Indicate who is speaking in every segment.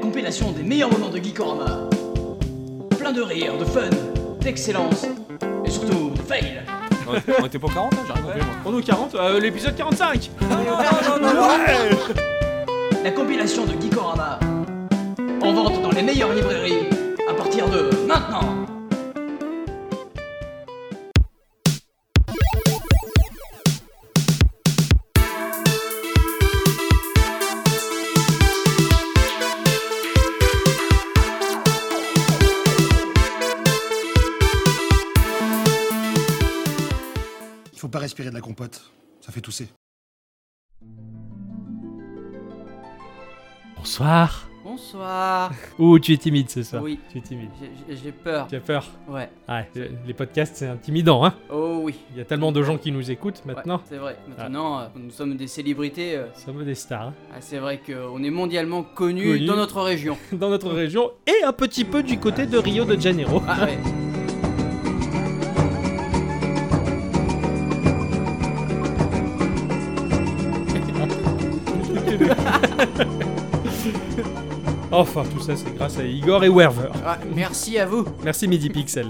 Speaker 1: compilation des meilleurs moments de Geekorama. Plein de rire, de fun, d'excellence et surtout de fail.
Speaker 2: On était pas 40 là, j'ai rien compris, moi.
Speaker 3: On est au 40 euh, L'épisode 45
Speaker 4: Ah,
Speaker 1: La compilation de Geekorama. En vente dans les meilleures librairies à partir de maintenant.
Speaker 5: Il faut pas respirer de la compote, ça fait tousser.
Speaker 6: Bonsoir.
Speaker 4: Bonsoir.
Speaker 6: Ouh, tu es timide ce soir.
Speaker 4: Oui,
Speaker 6: Tu es timide.
Speaker 4: j'ai- j'ai- j'ai peur.
Speaker 6: Tu as peur.
Speaker 4: Ouais.
Speaker 6: Ouais, les podcasts, c'est intimidant, hein.
Speaker 4: Oh oui.
Speaker 6: Il y a tellement de gens qui nous écoutent
Speaker 4: Ouais,
Speaker 6: maintenant.
Speaker 4: c'est vrai. Maintenant, euh, nous sommes des célébrités. euh,
Speaker 6: Ça veut des stars. hein.
Speaker 4: ah, c'est vrai qu'on est mondialement connus
Speaker 6: Connus.
Speaker 4: dans notre région.
Speaker 6: Dans notre région et un petit peu du côté de Rio de Janeiro.
Speaker 4: Ah ouais.
Speaker 6: Enfin, tout ça, c'est grâce à Igor et Werver.
Speaker 4: Ah, merci à vous.
Speaker 6: Merci Midi Pixel.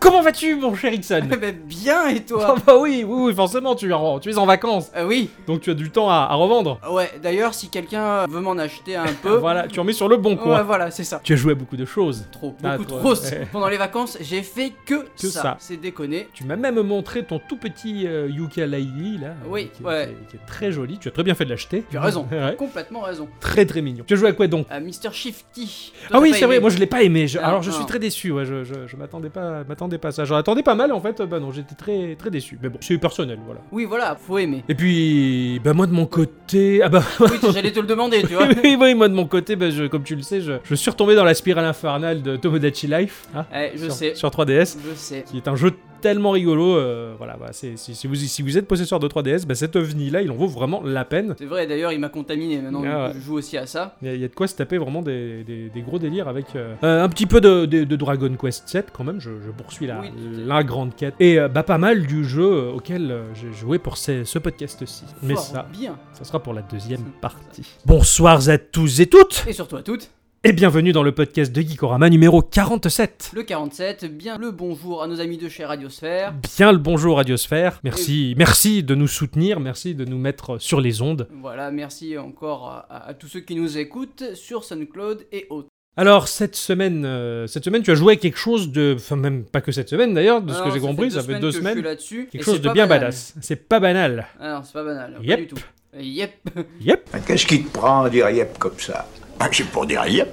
Speaker 6: Comment vas-tu, mon cher Ixon
Speaker 4: Eh ben, bien et
Speaker 6: Ah
Speaker 4: toi
Speaker 6: bah oui, oui, oui, forcément, tu es, en, tu es en vacances,
Speaker 4: Ah Oui.
Speaker 6: donc tu as du temps à, à revendre.
Speaker 4: Ah Ouais. D'ailleurs, si quelqu'un euh, veut m'en acheter un peu.
Speaker 6: Voilà, tu en mets sur le bon coin.
Speaker 4: Euh. Ouais, voilà, c'est ça.
Speaker 6: Tu as joué à beaucoup de choses.
Speaker 4: Trop.
Speaker 6: Ah,
Speaker 4: Beaucoup trop.
Speaker 6: trop.
Speaker 4: Pendant les vacances, j'ai fait que,
Speaker 6: Que ça.
Speaker 4: C'est déconné.
Speaker 6: Tu m'as même montré ton tout petit euh, ukulele là. euh,
Speaker 4: Oui,
Speaker 6: qui,
Speaker 4: ouais.
Speaker 6: qui est- qui est très joli. Tu as très bien fait de l'acheter.
Speaker 4: Tu as raison.
Speaker 6: Ouais.
Speaker 4: Complètement raison.
Speaker 6: Très très mignon. Tu as joué à quoi donc
Speaker 4: Ah, Mister Shifty. Toi,
Speaker 6: Ah
Speaker 4: t'as
Speaker 6: oui,
Speaker 4: pas
Speaker 6: c'est vrai.
Speaker 4: aimé.
Speaker 6: Moi je l'ai pas aimé. Je-
Speaker 4: Ah,
Speaker 6: Alors je
Speaker 4: non.
Speaker 6: suis très déçu. Ouais, je, je, je m'attendais pas, m'attendais pas à ça. J'en attendais pas mal en fait. Bah non, j'étais très très déçu. Mais bon, c'est personnel, voilà.
Speaker 4: Oui, voilà, faut aimer.
Speaker 6: Et puis, bah moi de mon côté, ah bah
Speaker 4: Oui, j'allais te le demander, tu vois.
Speaker 6: oui, oui, moi de mon côté, bah, je- comme tu le sais, je, je suis retombé dans la spirale infernale de Tomodachi Life. hein,
Speaker 4: Eh, je
Speaker 6: sur-
Speaker 4: sais.
Speaker 6: Sur 3DS.
Speaker 4: Je sais.
Speaker 6: qui est un jeu tellement rigolo. euh, voilà, bah, c'est- si, si vous, si vous êtes possesseur de 3DS, bah, cet ovni-là, il en vaut vraiment la peine.
Speaker 4: C'est vrai, d'ailleurs, il m'a contaminé. Maintenant,
Speaker 6: Ah ouais.
Speaker 4: je joue aussi à ça.
Speaker 6: Il y, a- il y a de quoi se taper vraiment des, des- des gros délires avec euh, euh, un petit peu de, de- de Dragon Quest 7 quand même. Je, je poursuis la,
Speaker 4: Oui, tout à fait.
Speaker 6: la grande quête. Et euh, bah, pas mal du jeu auquel euh, j'ai joué pour ces- ce podcast-ci. Mais
Speaker 4: Fort
Speaker 6: ça,
Speaker 4: Bien.
Speaker 6: ça sera pour la deuxième
Speaker 4: C'est-
Speaker 6: partie. Bonsoir à tous et toutes
Speaker 4: Et surtout à toutes,
Speaker 6: et bienvenue dans le podcast de Geekorama numéro 47.
Speaker 4: le 47, bien le bonjour à nos amis de chez Radiosphère.
Speaker 6: bien le bonjour Radiosphère. Merci, merci de nous soutenir, merci de nous mettre sur les ondes.
Speaker 4: Voilà, merci encore à, à- à tous ceux qui nous écoutent sur SoundCloud et autres.
Speaker 6: Alors cette semaine, euh, cette semaine, tu as joué à quelque chose de, enfin même pas que cette semaine d'ailleurs, de ce
Speaker 4: Alors,
Speaker 6: que j'ai compris, ça fait deux
Speaker 4: que je
Speaker 6: semaines.
Speaker 4: suis là-dessus.
Speaker 6: Quelque
Speaker 4: et
Speaker 6: chose
Speaker 4: c'est
Speaker 6: de
Speaker 4: pas
Speaker 6: bien
Speaker 4: banal.
Speaker 6: badass. C'est pas banal.
Speaker 4: Ah non, c'est pas banal,
Speaker 6: Yep.
Speaker 4: pas du tout. Euh, Yep.
Speaker 6: Yep.
Speaker 7: Ah, Qu'est-ce qui te prend à dire yep comme ça ah, C'est pour dire yep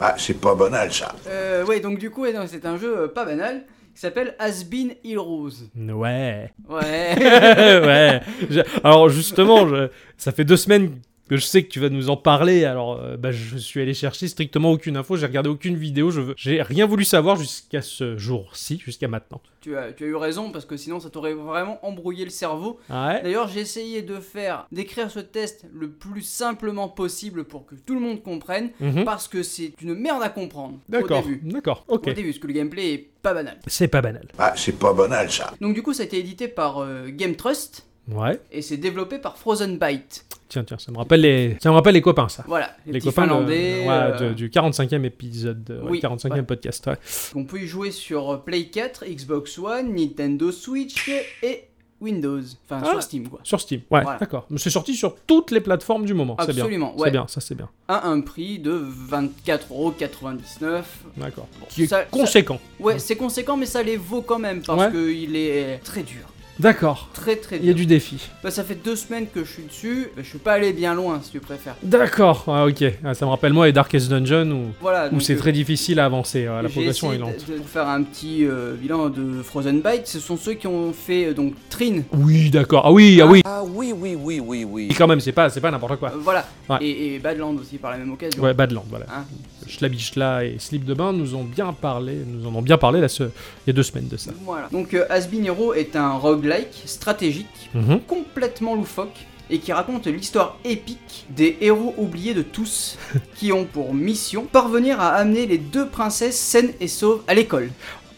Speaker 7: ah, C'est pas banal ça.
Speaker 4: Euh, ouais, donc du coup, ouais, non, c'est un jeu euh, pas banal qui s'appelle Has Been Heroes.
Speaker 6: Ouais.
Speaker 4: Ouais.
Speaker 6: ouais. Je- Alors justement, je- ça fait deux semaines que je sais que tu vas nous en parler. Alors, euh, bah, je suis allé chercher strictement aucune info. J'ai regardé aucune vidéo. Je veux, j'ai rien voulu savoir jusqu'à ce jour-ci, jusqu'à maintenant.
Speaker 4: tu, as, tu as eu raison parce que sinon ça t'aurait vraiment embrouillé le cerveau.
Speaker 6: Ah Ouais.
Speaker 4: D'ailleurs, j'ai essayé de faire, d'écrire ce test le plus simplement possible pour que tout le monde comprenne,
Speaker 6: Mhm.
Speaker 4: parce que c'est une merde à comprendre au
Speaker 6: D'accord.
Speaker 4: début.
Speaker 6: D'accord. Ok.
Speaker 4: Au début, parce que le gameplay est pas banal.
Speaker 6: C'est pas banal.
Speaker 7: Ah, c'est pas banal ça.
Speaker 4: Donc du coup, ça a été édité par euh, Game Trust
Speaker 6: Ouais.
Speaker 4: et c'est développé par Frozen Byte.
Speaker 6: Tiens, tiens, ça me rappelle les, ça me rappelle les copains, ça.
Speaker 4: Voilà, les,
Speaker 6: Les
Speaker 4: petits
Speaker 6: copains de-
Speaker 4: finlandais.
Speaker 6: ouais,
Speaker 4: euh,
Speaker 6: de- du 45e épisode, de- ouais,
Speaker 4: oui,
Speaker 6: 45e
Speaker 4: ouais.
Speaker 6: podcast. ouais.
Speaker 4: On peut y jouer sur euh, Play 4, Xbox One, Nintendo Switch et Windows. Enfin,
Speaker 6: Ah.
Speaker 4: sur Steam, quoi.
Speaker 6: Sur Steam. Ouais,
Speaker 4: Voilà.
Speaker 6: d'accord. Mais c'est sorti sur toutes les plateformes du moment. C'est bien.
Speaker 4: Absolument,
Speaker 6: C'est
Speaker 4: ouais.
Speaker 6: bien, ça c'est bien.
Speaker 4: À un prix de 24,99€.
Speaker 6: D'accord. Qui est
Speaker 4: ça- ça-
Speaker 6: conséquent.
Speaker 4: Ouais, c'est conséquent, mais ça les vaut quand même parce
Speaker 6: Ouais.
Speaker 4: que il est très dur.
Speaker 6: D'accord.
Speaker 4: Très très
Speaker 6: Il y a
Speaker 4: dur.
Speaker 6: du défi.
Speaker 4: Bah, ça fait deux semaines que je suis dessus, bah, je suis pas allé bien loin si tu préfères.
Speaker 6: D'accord. Ah, ok. Ah, ça me rappelle moi les Darkest Dungeon où,
Speaker 4: Voilà.
Speaker 6: où
Speaker 4: donc,
Speaker 6: c'est
Speaker 4: euh,
Speaker 6: très difficile à avancer. euh, la
Speaker 4: j'ai
Speaker 6: progression est
Speaker 4: essayé
Speaker 6: lente.
Speaker 4: de- de faire un petit euh, bilan de Frozen Byte, ce sont ceux qui ont fait euh, donc Trin.
Speaker 6: Oui, d'accord. Ah oui, ah oui.
Speaker 8: Ah oui, oui, oui, oui,
Speaker 4: ah.
Speaker 8: oui.
Speaker 6: Et quand même, c'est pas, c'est pas n'importe quoi.
Speaker 4: euh, voilà.
Speaker 6: Ouais.
Speaker 4: Et, et Badland aussi par la même occasion.
Speaker 6: Ouais, Badland, voilà.
Speaker 4: Hein.
Speaker 6: Schlabichla et Slip de Bain nous ont bien parlé, nous en ont bien parlé là, ce... il y a deux semaines de ça.
Speaker 4: Voilà. Donc euh, Has Been Hero est un roguelike stratégique
Speaker 6: Mhm.
Speaker 4: complètement loufoque et qui raconte l'histoire épique des héros oubliés de tous qui ont pour mission parvenir à amener les deux princesses saines et sauves à l'école.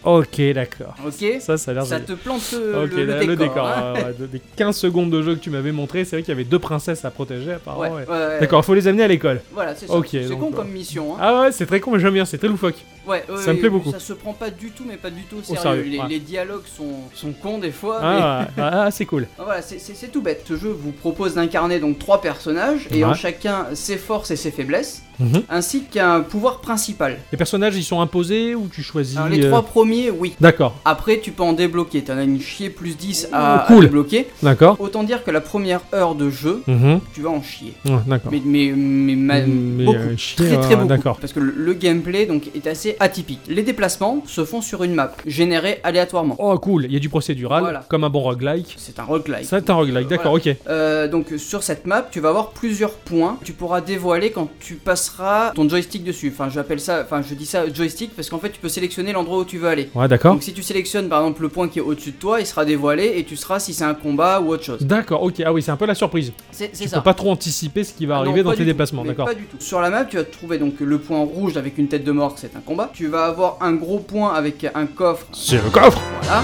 Speaker 6: Ok, d'accord.
Speaker 4: Ok
Speaker 6: Ça, ça a l'air
Speaker 4: Ça
Speaker 6: de-
Speaker 4: te plante euh,
Speaker 6: Ok,
Speaker 4: le,
Speaker 6: là,
Speaker 4: le décor. hein.
Speaker 6: ouais, ouais, de- des 15 secondes de jeu que tu m'avais montré, c'est vrai qu'il y avait deux princesses à protéger, apparemment.
Speaker 4: Ouais,
Speaker 6: Ah ouais.
Speaker 4: ouais, ouais.
Speaker 6: D'accord, faut les amener à l'école.
Speaker 4: Voilà, c'est ça.
Speaker 6: Ok,
Speaker 4: c'est
Speaker 6: donc,
Speaker 4: con
Speaker 6: euh,
Speaker 4: comme mission. Hein.
Speaker 6: Ah ouais, c'est très con, mais j'aime bien, c'est très loufoque.
Speaker 4: Ouais, ouais,
Speaker 6: Ça me
Speaker 4: ouais,
Speaker 6: plaît beaucoup.
Speaker 4: Ça se prend pas du tout, mais pas du tout au sérieux.
Speaker 6: sérieux,
Speaker 4: les,
Speaker 6: ouais.
Speaker 4: les dialogues sont, sont cons des fois. mais-
Speaker 6: Ah, ah, ah, c'est cool.
Speaker 4: Ah, Voilà, c'est- c'est c'est tout bête. Ce jeu vous propose d'incarner donc trois personnages, et
Speaker 6: Ouais.
Speaker 4: en chacun ses forces et ses faiblesses,
Speaker 6: Mhm.
Speaker 4: ainsi qu'un pouvoir principal.
Speaker 6: Les personnages, ils sont imposés ou tu choisis
Speaker 4: Alors, les
Speaker 6: euh,
Speaker 4: trois premiers, oui.
Speaker 6: D'accord,
Speaker 4: Après, tu peux en débloquer. T'en as une chier plus 10 à, à
Speaker 6: Cool.
Speaker 4: débloquer.
Speaker 6: d'accord.
Speaker 4: Autant dire que la première heure de jeu,
Speaker 6: Mhm,
Speaker 4: tu vas en chier.
Speaker 6: ouais, d'accord.
Speaker 4: Mais, mais, mais, ma-
Speaker 6: Mais,
Speaker 4: beaucoup.
Speaker 6: euh, chier,
Speaker 4: très
Speaker 6: ouais,
Speaker 4: très
Speaker 6: ouais,
Speaker 4: beaucoup.
Speaker 6: d'accord.
Speaker 4: Parce que le, le gameplay donc est assez atypique. Les déplacements se font sur une map, générée aléatoirement.
Speaker 6: Oh, cool, il y a du procédural,
Speaker 4: Voilà.
Speaker 6: comme un bon roguelike.
Speaker 4: C'est un roguelike.
Speaker 6: Ça, t'as un roguelike, d'accord, ok.
Speaker 4: Euh, donc sur cette map, tu vas avoir plusieurs points. Tu pourras dévoiler quand tu passeras ton joystick dessus. Enfin, j'appelle ça, enfin, je dis ça joystick parce qu'en fait, tu peux sélectionner l'endroit où tu veux aller.
Speaker 6: Ouais, d'accord.
Speaker 4: Donc si tu sélectionnes par exemple le point qui est au-dessus de toi, il sera dévoilé et tu seras si c'est un combat ou autre chose.
Speaker 6: D'accord, ok. Ah oui, c'est un peu la surprise.
Speaker 4: C'est c'est
Speaker 6: Tu
Speaker 4: ça.
Speaker 6: peux pas trop anticiper ce qui va
Speaker 4: Ah non,
Speaker 6: arriver dans
Speaker 4: pas
Speaker 6: tes
Speaker 4: du tout,
Speaker 6: déplacements,
Speaker 4: mais
Speaker 6: d'accord.
Speaker 4: Pas du tout. Sur la map, tu vas trouver donc le point rouge avec une tête de mort, c'est un combat. Tu vas avoir un gros point avec un coffre,
Speaker 6: C'est le coffre
Speaker 4: voilà.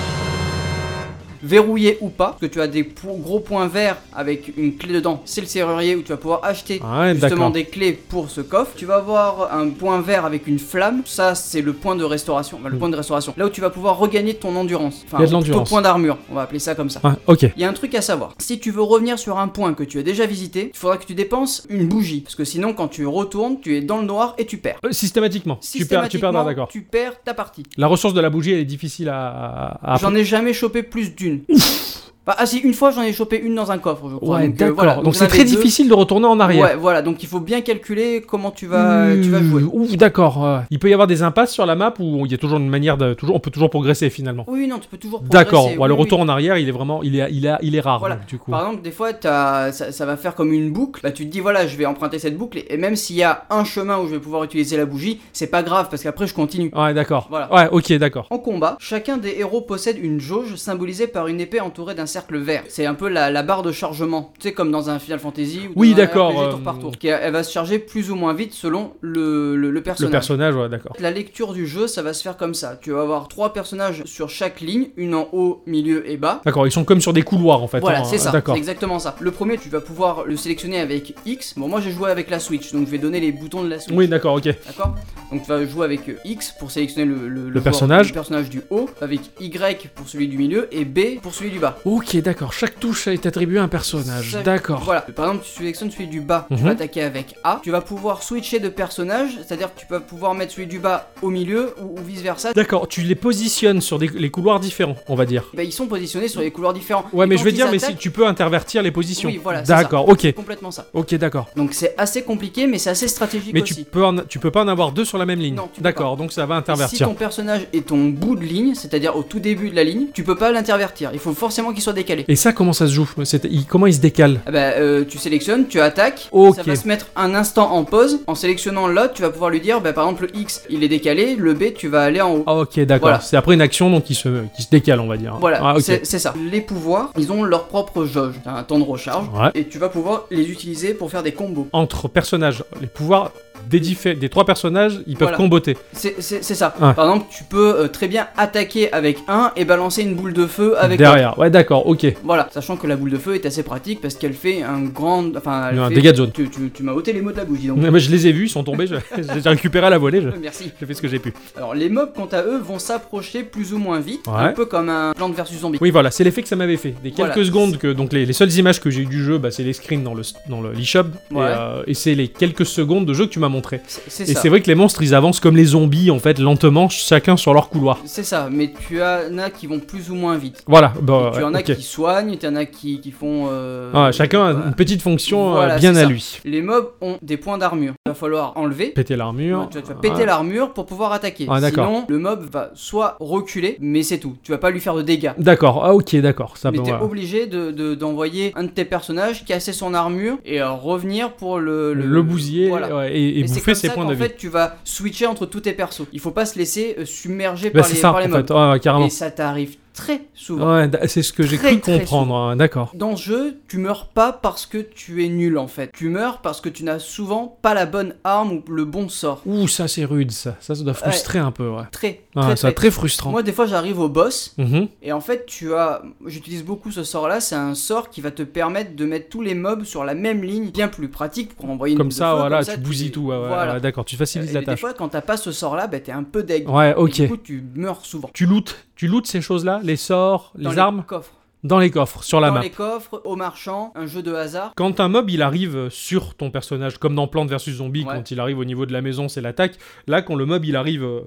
Speaker 4: Verrouillé ou pas, parce que tu as des po- gros points verts avec une clé dedans, c'est le serrurier où tu vas pouvoir acheter
Speaker 6: Ah ouais,
Speaker 4: justement
Speaker 6: d'accord.
Speaker 4: des clés pour ce coffre. Tu vas avoir un point vert avec une flamme, ça c'est le point de restauration, enfin, le
Speaker 6: Mm.
Speaker 4: point de restauration. Là où tu vas pouvoir regagner ton endurance, enfin
Speaker 6: Il y a de
Speaker 4: ou plutôt
Speaker 6: l'endurance.
Speaker 4: point d'armure, on va appeler ça comme ça.
Speaker 6: Ah, ok.
Speaker 4: Il y a un truc à savoir. Si tu veux revenir sur un point que tu as déjà visité, il faudra que tu dépenses une bougie. Parce que sinon, quand tu retournes, tu es dans le noir et tu perds.
Speaker 6: Euh, systématiquement. Tu perds, tu perds,
Speaker 4: Systématiquement,
Speaker 6: d'accord.
Speaker 4: Tu perds ta partie.
Speaker 6: La ressource de la bougie, elle est difficile à. à- à-
Speaker 4: J'en ai jamais chopé plus d'une. Bah, ah si, une fois j'en ai chopé une dans un coffre, je crois.
Speaker 6: Ouais,
Speaker 4: Donc, euh,
Speaker 6: d'accord.
Speaker 4: voilà.
Speaker 6: Donc
Speaker 4: j'en
Speaker 6: c'est
Speaker 4: avais
Speaker 6: très
Speaker 4: deux.
Speaker 6: difficile de retourner en arrière.
Speaker 4: Ouais, voilà. Donc il faut bien calculer comment tu vas, euh, tu vas jouer.
Speaker 6: Ouh, Ouf, d'accord. ouais. Il peut y avoir des impasses sur la map où il y a toujours une manière de. Toujours, on peut toujours progresser finalement.
Speaker 4: Oui, non, tu peux toujours progresser.
Speaker 6: D'accord. Ouais,
Speaker 4: Oui,
Speaker 6: le
Speaker 4: oui.
Speaker 6: retour en arrière, il est vraiment. Il est, il est, il est rare,
Speaker 4: Voilà.
Speaker 6: donc, du coup.
Speaker 4: Par exemple, des fois, t'as- ça, ça va faire comme une boucle. Bah, tu te dis, voilà, je vais emprunter cette boucle. Et même s'il y a un chemin où je vais pouvoir utiliser la bougie, c'est pas grave parce qu'après, je continue.
Speaker 6: Ouais, d'accord.
Speaker 4: Voilà.
Speaker 6: Ouais, ok, d'accord.
Speaker 4: En combat, chacun des héros possède une jauge symbolisée par une épée entourée d'un cercle vert. C'est un peu la, la barre de chargement, tu sais, comme dans un Final Fantasy ou dans
Speaker 6: Oui,
Speaker 4: un
Speaker 6: d'accord,
Speaker 4: RPG
Speaker 6: euh,
Speaker 4: tour par tour. Qui- Elle va se charger plus ou moins vite selon le, le- le
Speaker 6: Le
Speaker 4: personnage.
Speaker 6: personnage, ouais, d'accord.
Speaker 4: La lecture du jeu, ça va se faire comme ça. Tu vas avoir trois personnages sur chaque ligne, une en haut, milieu et bas.
Speaker 6: D'accord, ils sont comme sur des couloirs en fait.
Speaker 4: Voilà,
Speaker 6: hein.
Speaker 4: c'est ça,
Speaker 6: D'accord.
Speaker 4: c'est exactement ça. Le premier, tu vas pouvoir le sélectionner avec X. Bon, moi j'ai joué avec la Switch, donc je vais donner les boutons de la Switch.
Speaker 6: Oui, d'accord, ok.
Speaker 4: D'accord Donc tu vas jouer avec euh, X pour sélectionner le, le- le joueur-
Speaker 6: personnage.
Speaker 4: le personnage du haut, avec Y pour celui du milieu et B pour celui du bas.
Speaker 6: Ok, d'accord. Chaque touche est attribuée à un personnage.
Speaker 4: Ça-
Speaker 6: D'accord.
Speaker 4: Voilà. Par exemple, tu sélectionnes celui du bas, tu
Speaker 6: Mhm.
Speaker 4: vas attaquer avec A. Tu vas pouvoir switcher de personnage, c'est-à-dire que tu vas pouvoir mettre celui du bas au milieu ou, vice versa.
Speaker 6: D'accord, tu les positionnes sur des, les couloirs différents, on va dire.
Speaker 4: bah, ils sont positionnés sur les couleurs différentes.
Speaker 6: Ouais,
Speaker 4: Et
Speaker 6: mais
Speaker 4: quand
Speaker 6: je vais
Speaker 4: ils
Speaker 6: dire, mais si
Speaker 4: attaquent,
Speaker 6: tu peux intervertir les positions.
Speaker 4: Oui, voilà, c'est ça.
Speaker 6: D'accord, ok,
Speaker 4: c'est complètement ça.
Speaker 6: ok, d'accord.
Speaker 4: Donc c'est assez compliqué, mais c'est assez stratégique
Speaker 6: Mais
Speaker 4: aussi.
Speaker 6: tu peux, en- tu peux pas en avoir deux sur la même ligne.
Speaker 4: Non, tu peux
Speaker 6: D'accord, donc ça va
Speaker 4: Si
Speaker 6: intervertir.
Speaker 4: ton personnage est ton bout de ligne, c'est-à-dire au tout début de la ligne, tu peux pas l'intervertir. Il faut forcément qu'il soit décalé.
Speaker 6: Et ça, comment ça se joue C'est- il- Comment il se décale
Speaker 4: Ah bah, euh, tu sélectionnes, tu attaques.
Speaker 6: Ok.
Speaker 4: Ça va se mettre un instant en pause. En sélectionnant l'autre, tu vas pouvoir lui dire, bah, par exemple, le X, il est décalé, le B, tu vas aller en haut.
Speaker 6: Ah, Ok, d'accord.
Speaker 4: Voilà.
Speaker 6: C'est après une action donc qui se, qui se décale, on va dire.
Speaker 4: Voilà,
Speaker 6: Ah, ok.
Speaker 4: c'est- c'est ça. Les pouvoirs, ils ont leur propre jauge. T'as un temps de recharge.
Speaker 6: Ouais.
Speaker 4: Et tu vas pouvoir les utiliser pour faire des combos.
Speaker 6: Entre personnages, les pouvoirs des, diffé- des trois personnages, ils peuvent
Speaker 4: Voilà.
Speaker 6: comboter.
Speaker 4: C'est c'est- c'est ça.
Speaker 6: Ouais.
Speaker 4: Par exemple, tu peux euh, très bien attaquer avec un et balancer une boule de feu avec l'autre.
Speaker 6: Derrière, ouais, d'accord, ok.
Speaker 4: Voilà, sachant que la boule de feu est assez pratique parce qu'elle fait un grand. Enfin, elle
Speaker 6: Un
Speaker 4: fait-
Speaker 6: dégât de zone.
Speaker 4: Tu, tu- tu m'as ôté les mots de la bouche, dis donc.
Speaker 6: Mais moi, je les ai vus, ils sont tombés, je- j'ai récupéré à la volée, je-
Speaker 4: Merci.
Speaker 6: j'ai fait ce que j'ai pu.
Speaker 4: Alors, les mobs, quant à eux, vont s'approcher plus ou moins vite,
Speaker 6: Ouais.
Speaker 4: un peu comme un Plante versus Zombie.
Speaker 6: Oui, voilà, c'est l'effet que ça m'avait fait. Des quelques
Speaker 4: Voilà.
Speaker 6: secondes que. Donc, les, les seules images que j'ai eues du jeu, bah, c'est les screens dans le dans le- l'eShop.
Speaker 4: Ouais.
Speaker 6: et euh, et c'est les quelques secondes de jeu que tu m'as montré.
Speaker 4: C'est
Speaker 6: Et
Speaker 4: c'est
Speaker 6: c'est
Speaker 4: ça.
Speaker 6: vrai que les monstres, ils avancent comme les zombies, en fait, lentement, chacun sur leur couloir.
Speaker 4: C'est ça, mais tu en as qui vont plus ou moins vite.
Speaker 6: Voilà, bah,
Speaker 4: tu en as
Speaker 6: ok.
Speaker 4: qui soignent, tu en as qui, qui font. euh,
Speaker 6: Ah, chacun a
Speaker 4: voilà.
Speaker 6: une petite fonction euh,
Speaker 4: Voilà,
Speaker 6: bien
Speaker 4: c'est
Speaker 6: à
Speaker 4: ça.
Speaker 6: lui.
Speaker 4: Les mobs ont des points d'armure. Il va falloir enlever.
Speaker 6: Péter l'armure.
Speaker 4: Tu vas, tu vas péter l'armure pour pouvoir attaquer.
Speaker 6: Ah, d'accord.
Speaker 4: Sinon, le mob va soit reculer, mais c'est tout. Tu vas pas lui faire de dégâts.
Speaker 6: D'accord, ah, ok, d'accord. Ça
Speaker 4: Mais
Speaker 6: peut-
Speaker 4: t'es
Speaker 6: voilà.
Speaker 4: obligé de- de- d'envoyer un de tes personnages casser son armure et euh, revenir pour le
Speaker 6: Le, bousiller
Speaker 4: voilà.
Speaker 6: ouais, et, et
Speaker 4: Et c'est
Speaker 6: bouffer
Speaker 4: comme
Speaker 6: ses
Speaker 4: ça
Speaker 6: points
Speaker 4: qu'en
Speaker 6: de vie.
Speaker 4: fait, tu vas switcher entre tous tes persos. Il faut pas se laisser euh, submerger
Speaker 6: Bah,
Speaker 4: par,
Speaker 6: c'est
Speaker 4: les,
Speaker 6: ça,
Speaker 4: par les
Speaker 6: en
Speaker 4: mobs.
Speaker 6: fait, ouais, ouais, carrément.
Speaker 4: Et ça t'arrive très souvent.
Speaker 6: Ouais, d- c'est ce que j'ai
Speaker 4: Très,
Speaker 6: cru
Speaker 4: très
Speaker 6: comprendre, hein, d'accord.
Speaker 4: Dans ce jeu, tu meurs pas parce que tu es nul en fait. Tu meurs parce que tu n'as souvent pas la bonne arme ou le bon sort.
Speaker 6: Ouh, ça c'est rude, ça. Ça, ça doit frustrer un peu, ouais.
Speaker 4: Très,
Speaker 6: Ah,
Speaker 4: très,
Speaker 6: ça,
Speaker 4: très.
Speaker 6: très frustrant.
Speaker 4: Moi, des fois, j'arrive au boss
Speaker 6: Mhm.
Speaker 4: et en fait, tu as. J'utilise beaucoup ce sort-là. C'est un sort qui va te permettre de mettre tous les mobs sur la même ligne, bien plus pratique pour envoyer une.
Speaker 6: Comme
Speaker 4: boule de
Speaker 6: ça,
Speaker 4: feu,
Speaker 6: voilà,
Speaker 4: comme
Speaker 6: tu
Speaker 4: ça,
Speaker 6: bousilles tout, ouais, ouais,
Speaker 4: Voilà. Euh,
Speaker 6: ouais, d'accord, tu facilites
Speaker 4: Et
Speaker 6: la
Speaker 4: des
Speaker 6: tâche.
Speaker 4: fois, quand t'as pas ce sort-là, bah, t'es un peu deg.
Speaker 6: Ouais, ok.
Speaker 4: Et du coup, tu meurs souvent.
Speaker 6: Tu lootes, tu lootes ces choses-là, les sorts,
Speaker 4: Dans
Speaker 6: les armes,
Speaker 4: coffres.
Speaker 6: dans les coffres, sur la
Speaker 4: Dans
Speaker 6: map.
Speaker 4: les coffres, aux marchands, un jeu de hasard.
Speaker 6: Quand un mob il arrive sur ton personnage, comme dans Plante vs Zombie,
Speaker 4: Ouais.
Speaker 6: quand il arrive au niveau de la maison, c'est l'attaque. Là, quand le mob il arrive euh,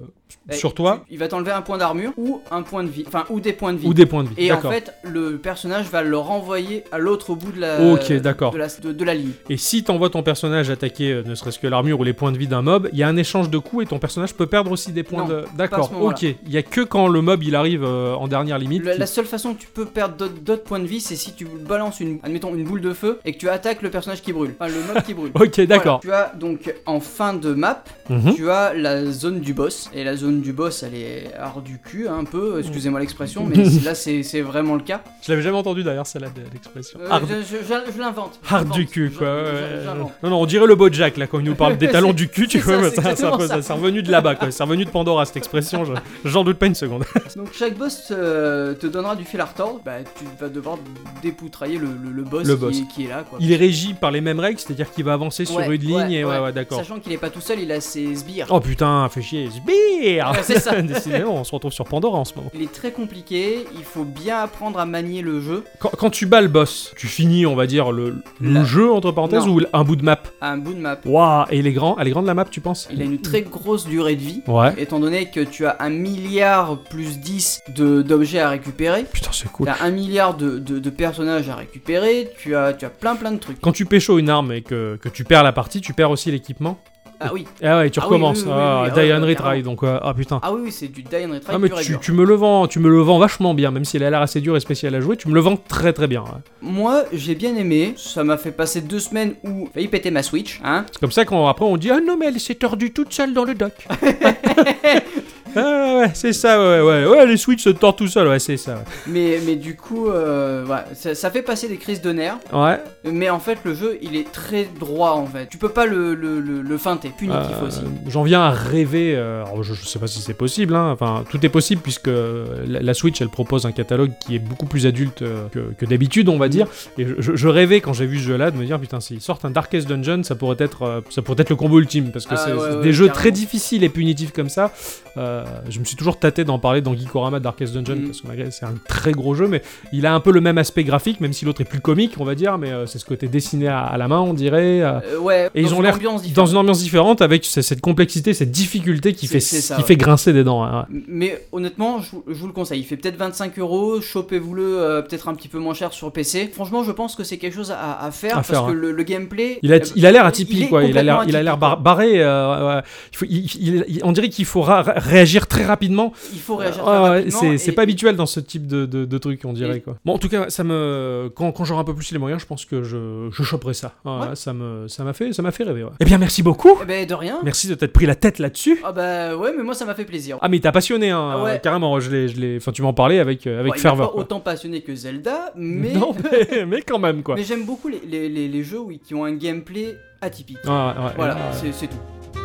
Speaker 4: Eh,
Speaker 6: sur toi,
Speaker 4: tu- il va t'enlever un point d'armure ou un point de vie. Enfin, ou des points de vie.
Speaker 6: ou des points de vie.
Speaker 4: Et en
Speaker 6: D'accord.
Speaker 4: fait, le personnage va le renvoyer à l'autre bout de la,
Speaker 6: Ok, d'accord.
Speaker 4: de, la, de, de la ligne.
Speaker 6: Et si t'envoies ton personnage attaquer, euh, ne serait-ce que l'armure ou les points de vie d'un mob, il y a un échange de coups et ton personnage peut perdre aussi des points
Speaker 4: Non,
Speaker 6: de.
Speaker 4: pas à ce
Speaker 6: D'accord.
Speaker 4: moment-là.
Speaker 6: Ok. Il y a que quand le mob il arrive euh, en dernière limite.
Speaker 4: Le-
Speaker 6: qui-
Speaker 4: la seule façon que tu peux perdre d'autres- d'autres points de vie, c'est si tu balances une, admettons, une boule de feu et que tu attaques le personnage qui brûle. Enfin, le mob qui brûle.
Speaker 6: Ok, d'accord.
Speaker 4: Voilà. Tu as donc en fin de map,
Speaker 6: Mhm.
Speaker 4: tu as la zone du boss. Et la zone du boss, elle est hard du cul, hein, un peu, excusez-moi l'expression, mais c'est- là c'est c'est vraiment le cas.
Speaker 6: Je l'avais jamais entendu d'ailleurs celle-là de- l'expression.
Speaker 4: Euh,
Speaker 6: Hard,
Speaker 4: je je- je- je l'invente. je
Speaker 6: hard du
Speaker 4: l'invente,
Speaker 6: cul
Speaker 4: je-
Speaker 6: quoi.
Speaker 4: je-
Speaker 6: ouais.
Speaker 4: je- j'invente.
Speaker 6: non non, on dirait le BoJack là quand il nous parle des
Speaker 4: C'est-
Speaker 6: talons du cul, tu
Speaker 4: c'est ça,
Speaker 6: vois.
Speaker 4: c'est
Speaker 6: ça,
Speaker 4: exactement
Speaker 6: ça,
Speaker 4: ça.
Speaker 6: c'est revenu de là-bas quoi. C'est revenu de Pandora cette expression. je- J'en doute pas une seconde.
Speaker 4: Donc chaque boss euh, te donnera du fil à retordre, bah, tu vas devoir dépoutrailler le, le- le boss,
Speaker 6: Le
Speaker 4: qui,
Speaker 6: boss.
Speaker 4: est- qui est là. Quoi.
Speaker 6: Il est régi par les mêmes règles, c'est-à-dire qu'il va avancer sur
Speaker 4: Ouais,
Speaker 6: une ligne
Speaker 4: ouais,
Speaker 6: et ouais
Speaker 4: ouais.
Speaker 6: ouais, d'accord.
Speaker 4: Sachant qu'il est pas tout seul, il a ses sbires.
Speaker 6: Oh putain, fait chier. Sbire.
Speaker 4: Ouais, c'est ça.
Speaker 6: Décidément, on se retrouve sur Pandora en ce moment.
Speaker 4: Il est très compliqué, il faut bien apprendre à manier le jeu.
Speaker 6: Quand, quand tu bats le boss, tu finis, on va dire, le, le
Speaker 4: La-
Speaker 6: jeu, entre parenthèses,
Speaker 4: Non.
Speaker 6: ou un bout de map
Speaker 4: à un bout de map.
Speaker 6: Waouh Et il est grand Elle est grande la map, tu penses
Speaker 4: Il a une très grosse durée de vie.
Speaker 6: Ouais.
Speaker 4: Étant donné que tu as un milliard plus 10 de- d'objets à récupérer,
Speaker 6: Putain, c'est cool.
Speaker 4: t'as un milliard de, de- de personnages à récupérer, tu as, tu as plein plein de trucs.
Speaker 6: Quand tu pécho une arme et que, que tu perds la partie, tu perds aussi l'équipement
Speaker 4: Ah oui,
Speaker 6: Ah ouais, tu
Speaker 4: Ah oui,
Speaker 6: recommences.
Speaker 4: oui, oui, oui,
Speaker 6: ah,
Speaker 4: oui, ah
Speaker 6: Die
Speaker 4: ouais,
Speaker 6: and
Speaker 4: ouais,
Speaker 6: Retry,
Speaker 4: carrément.
Speaker 6: donc euh, ah putain.
Speaker 4: ah oui, oui, c'est du die and retry
Speaker 6: Ah mais
Speaker 4: pur et
Speaker 6: tu,
Speaker 4: dur.
Speaker 6: tu me le vends, tu me le vends vachement bien, même si elle a l'air assez dure et spéciale à jouer, tu me le vends très très bien. ouais.
Speaker 4: Moi, j'ai bien aimé. Ça m'a fait passer deux semaines où j'ai failli péter ma Switch, hein.
Speaker 6: C'est comme ça qu'on après on dit ah non mais elle s'est tordue toute seule dans le dock. ah ouais, c'est ça, ouais, ouais, ouais, les Switch se tordent tout seul, ouais, c'est ça. ouais.
Speaker 4: Mais, mais du coup, euh, ouais, ça, ça fait passer des crises de nerfs.
Speaker 6: Ouais.
Speaker 4: Mais en fait, le jeu, il est très droit, en fait. Tu peux pas le, le, le, le feinter. Punitif
Speaker 6: Euh,
Speaker 4: aussi.
Speaker 6: J'en viens à rêver, euh, alors je, je sais pas si c'est possible, hein, enfin tout est possible puisque euh, la, la Switch elle propose un catalogue qui est beaucoup plus adulte euh, que, que d'habitude on va dire, et je- je, je rêvais quand j'ai vu ce jeu là de me dire putain s'ils sortent un Darkest Dungeon ça pourrait être, euh, ça pourrait être le combo ultime parce que
Speaker 4: Ah,
Speaker 6: c'est
Speaker 4: ouais,
Speaker 6: c'est
Speaker 4: ouais,
Speaker 6: des jeux
Speaker 4: carrément.
Speaker 6: très difficiles et punitifs comme ça, Euh, je me suis toujours tâté d'en parler dans Geekorama Darkest Dungeon
Speaker 4: Mhm.
Speaker 6: parce que malgré- c'est un très gros jeu mais il a un peu le même aspect graphique même si l'autre est plus comique on va dire mais euh, c'est ce côté dessiné à, à la main on dirait. euh,
Speaker 4: Euh, ouais,
Speaker 6: et
Speaker 4: dans
Speaker 6: ils ont
Speaker 4: une
Speaker 6: l'air
Speaker 4: ambiance
Speaker 6: dans
Speaker 4: différente.
Speaker 6: une ambiance différente avec c- cette complexité, cette difficulté qui,
Speaker 4: C'est-
Speaker 6: fait,
Speaker 4: c'est ça,
Speaker 6: qui
Speaker 4: ouais.
Speaker 6: fait grincer des dents. hein, ouais.
Speaker 4: Mais honnêtement, je, vous- je vous le conseille. Il fait peut-être 25 euros. Chopez-vous-le euh, peut-être un petit peu moins cher sur PC. Franchement, je pense que c'est quelque chose à, à faire
Speaker 6: À
Speaker 4: parce
Speaker 6: faire,
Speaker 4: que
Speaker 6: hein.
Speaker 4: le, le gameplay.
Speaker 6: Il a,
Speaker 4: euh,
Speaker 6: il a l'air
Speaker 4: il
Speaker 6: atypique,
Speaker 4: est
Speaker 6: quoi. Il a l'air,
Speaker 4: complètement
Speaker 6: il a l'air
Speaker 4: atypique,
Speaker 6: bar- barré. euh, ouais, ouais. Il faut, il- il- il- on dirait qu'il faut ra- ra- réagir très rapidement.
Speaker 4: Il faut réagir.
Speaker 6: Ouais,
Speaker 4: très
Speaker 6: ouais,
Speaker 4: rapidement
Speaker 6: c'est,
Speaker 4: et-
Speaker 6: c'est pas habituel dans ce type de, de- de truc, on dirait,
Speaker 4: Et-
Speaker 6: quoi. Bon, en tout cas, ça me, quand, quand j'aurai un peu plus les moyens, je pense que je, je choperai ça. Ouais,
Speaker 4: Ouais.
Speaker 6: Ça me, ça m'a fait, ça m'a fait rêver. ouais. Eh bien, merci beaucoup.
Speaker 4: Eh ben, de rien.
Speaker 6: Merci de t'être pris la tête là-dessus.
Speaker 4: Ah bah ouais, mais moi ça m'a fait plaisir.
Speaker 6: Ah mais t'as passionné, hein,
Speaker 4: Ah ouais.
Speaker 6: carrément. Je l'ai, je l'ai. Enfin, tu m'en parlais avec, euh, avec
Speaker 4: Bon, il est
Speaker 6: ferveur.
Speaker 4: Pas
Speaker 6: quoi.
Speaker 4: autant passionné que Zelda, mais.
Speaker 6: Non, mais, mais quand même, quoi.
Speaker 4: Mais j'aime beaucoup les, les- les- les jeux oui, qui ont un gameplay atypique.
Speaker 6: Ouais, ouais, ouais.
Speaker 4: Voilà, c'est- c'est tout.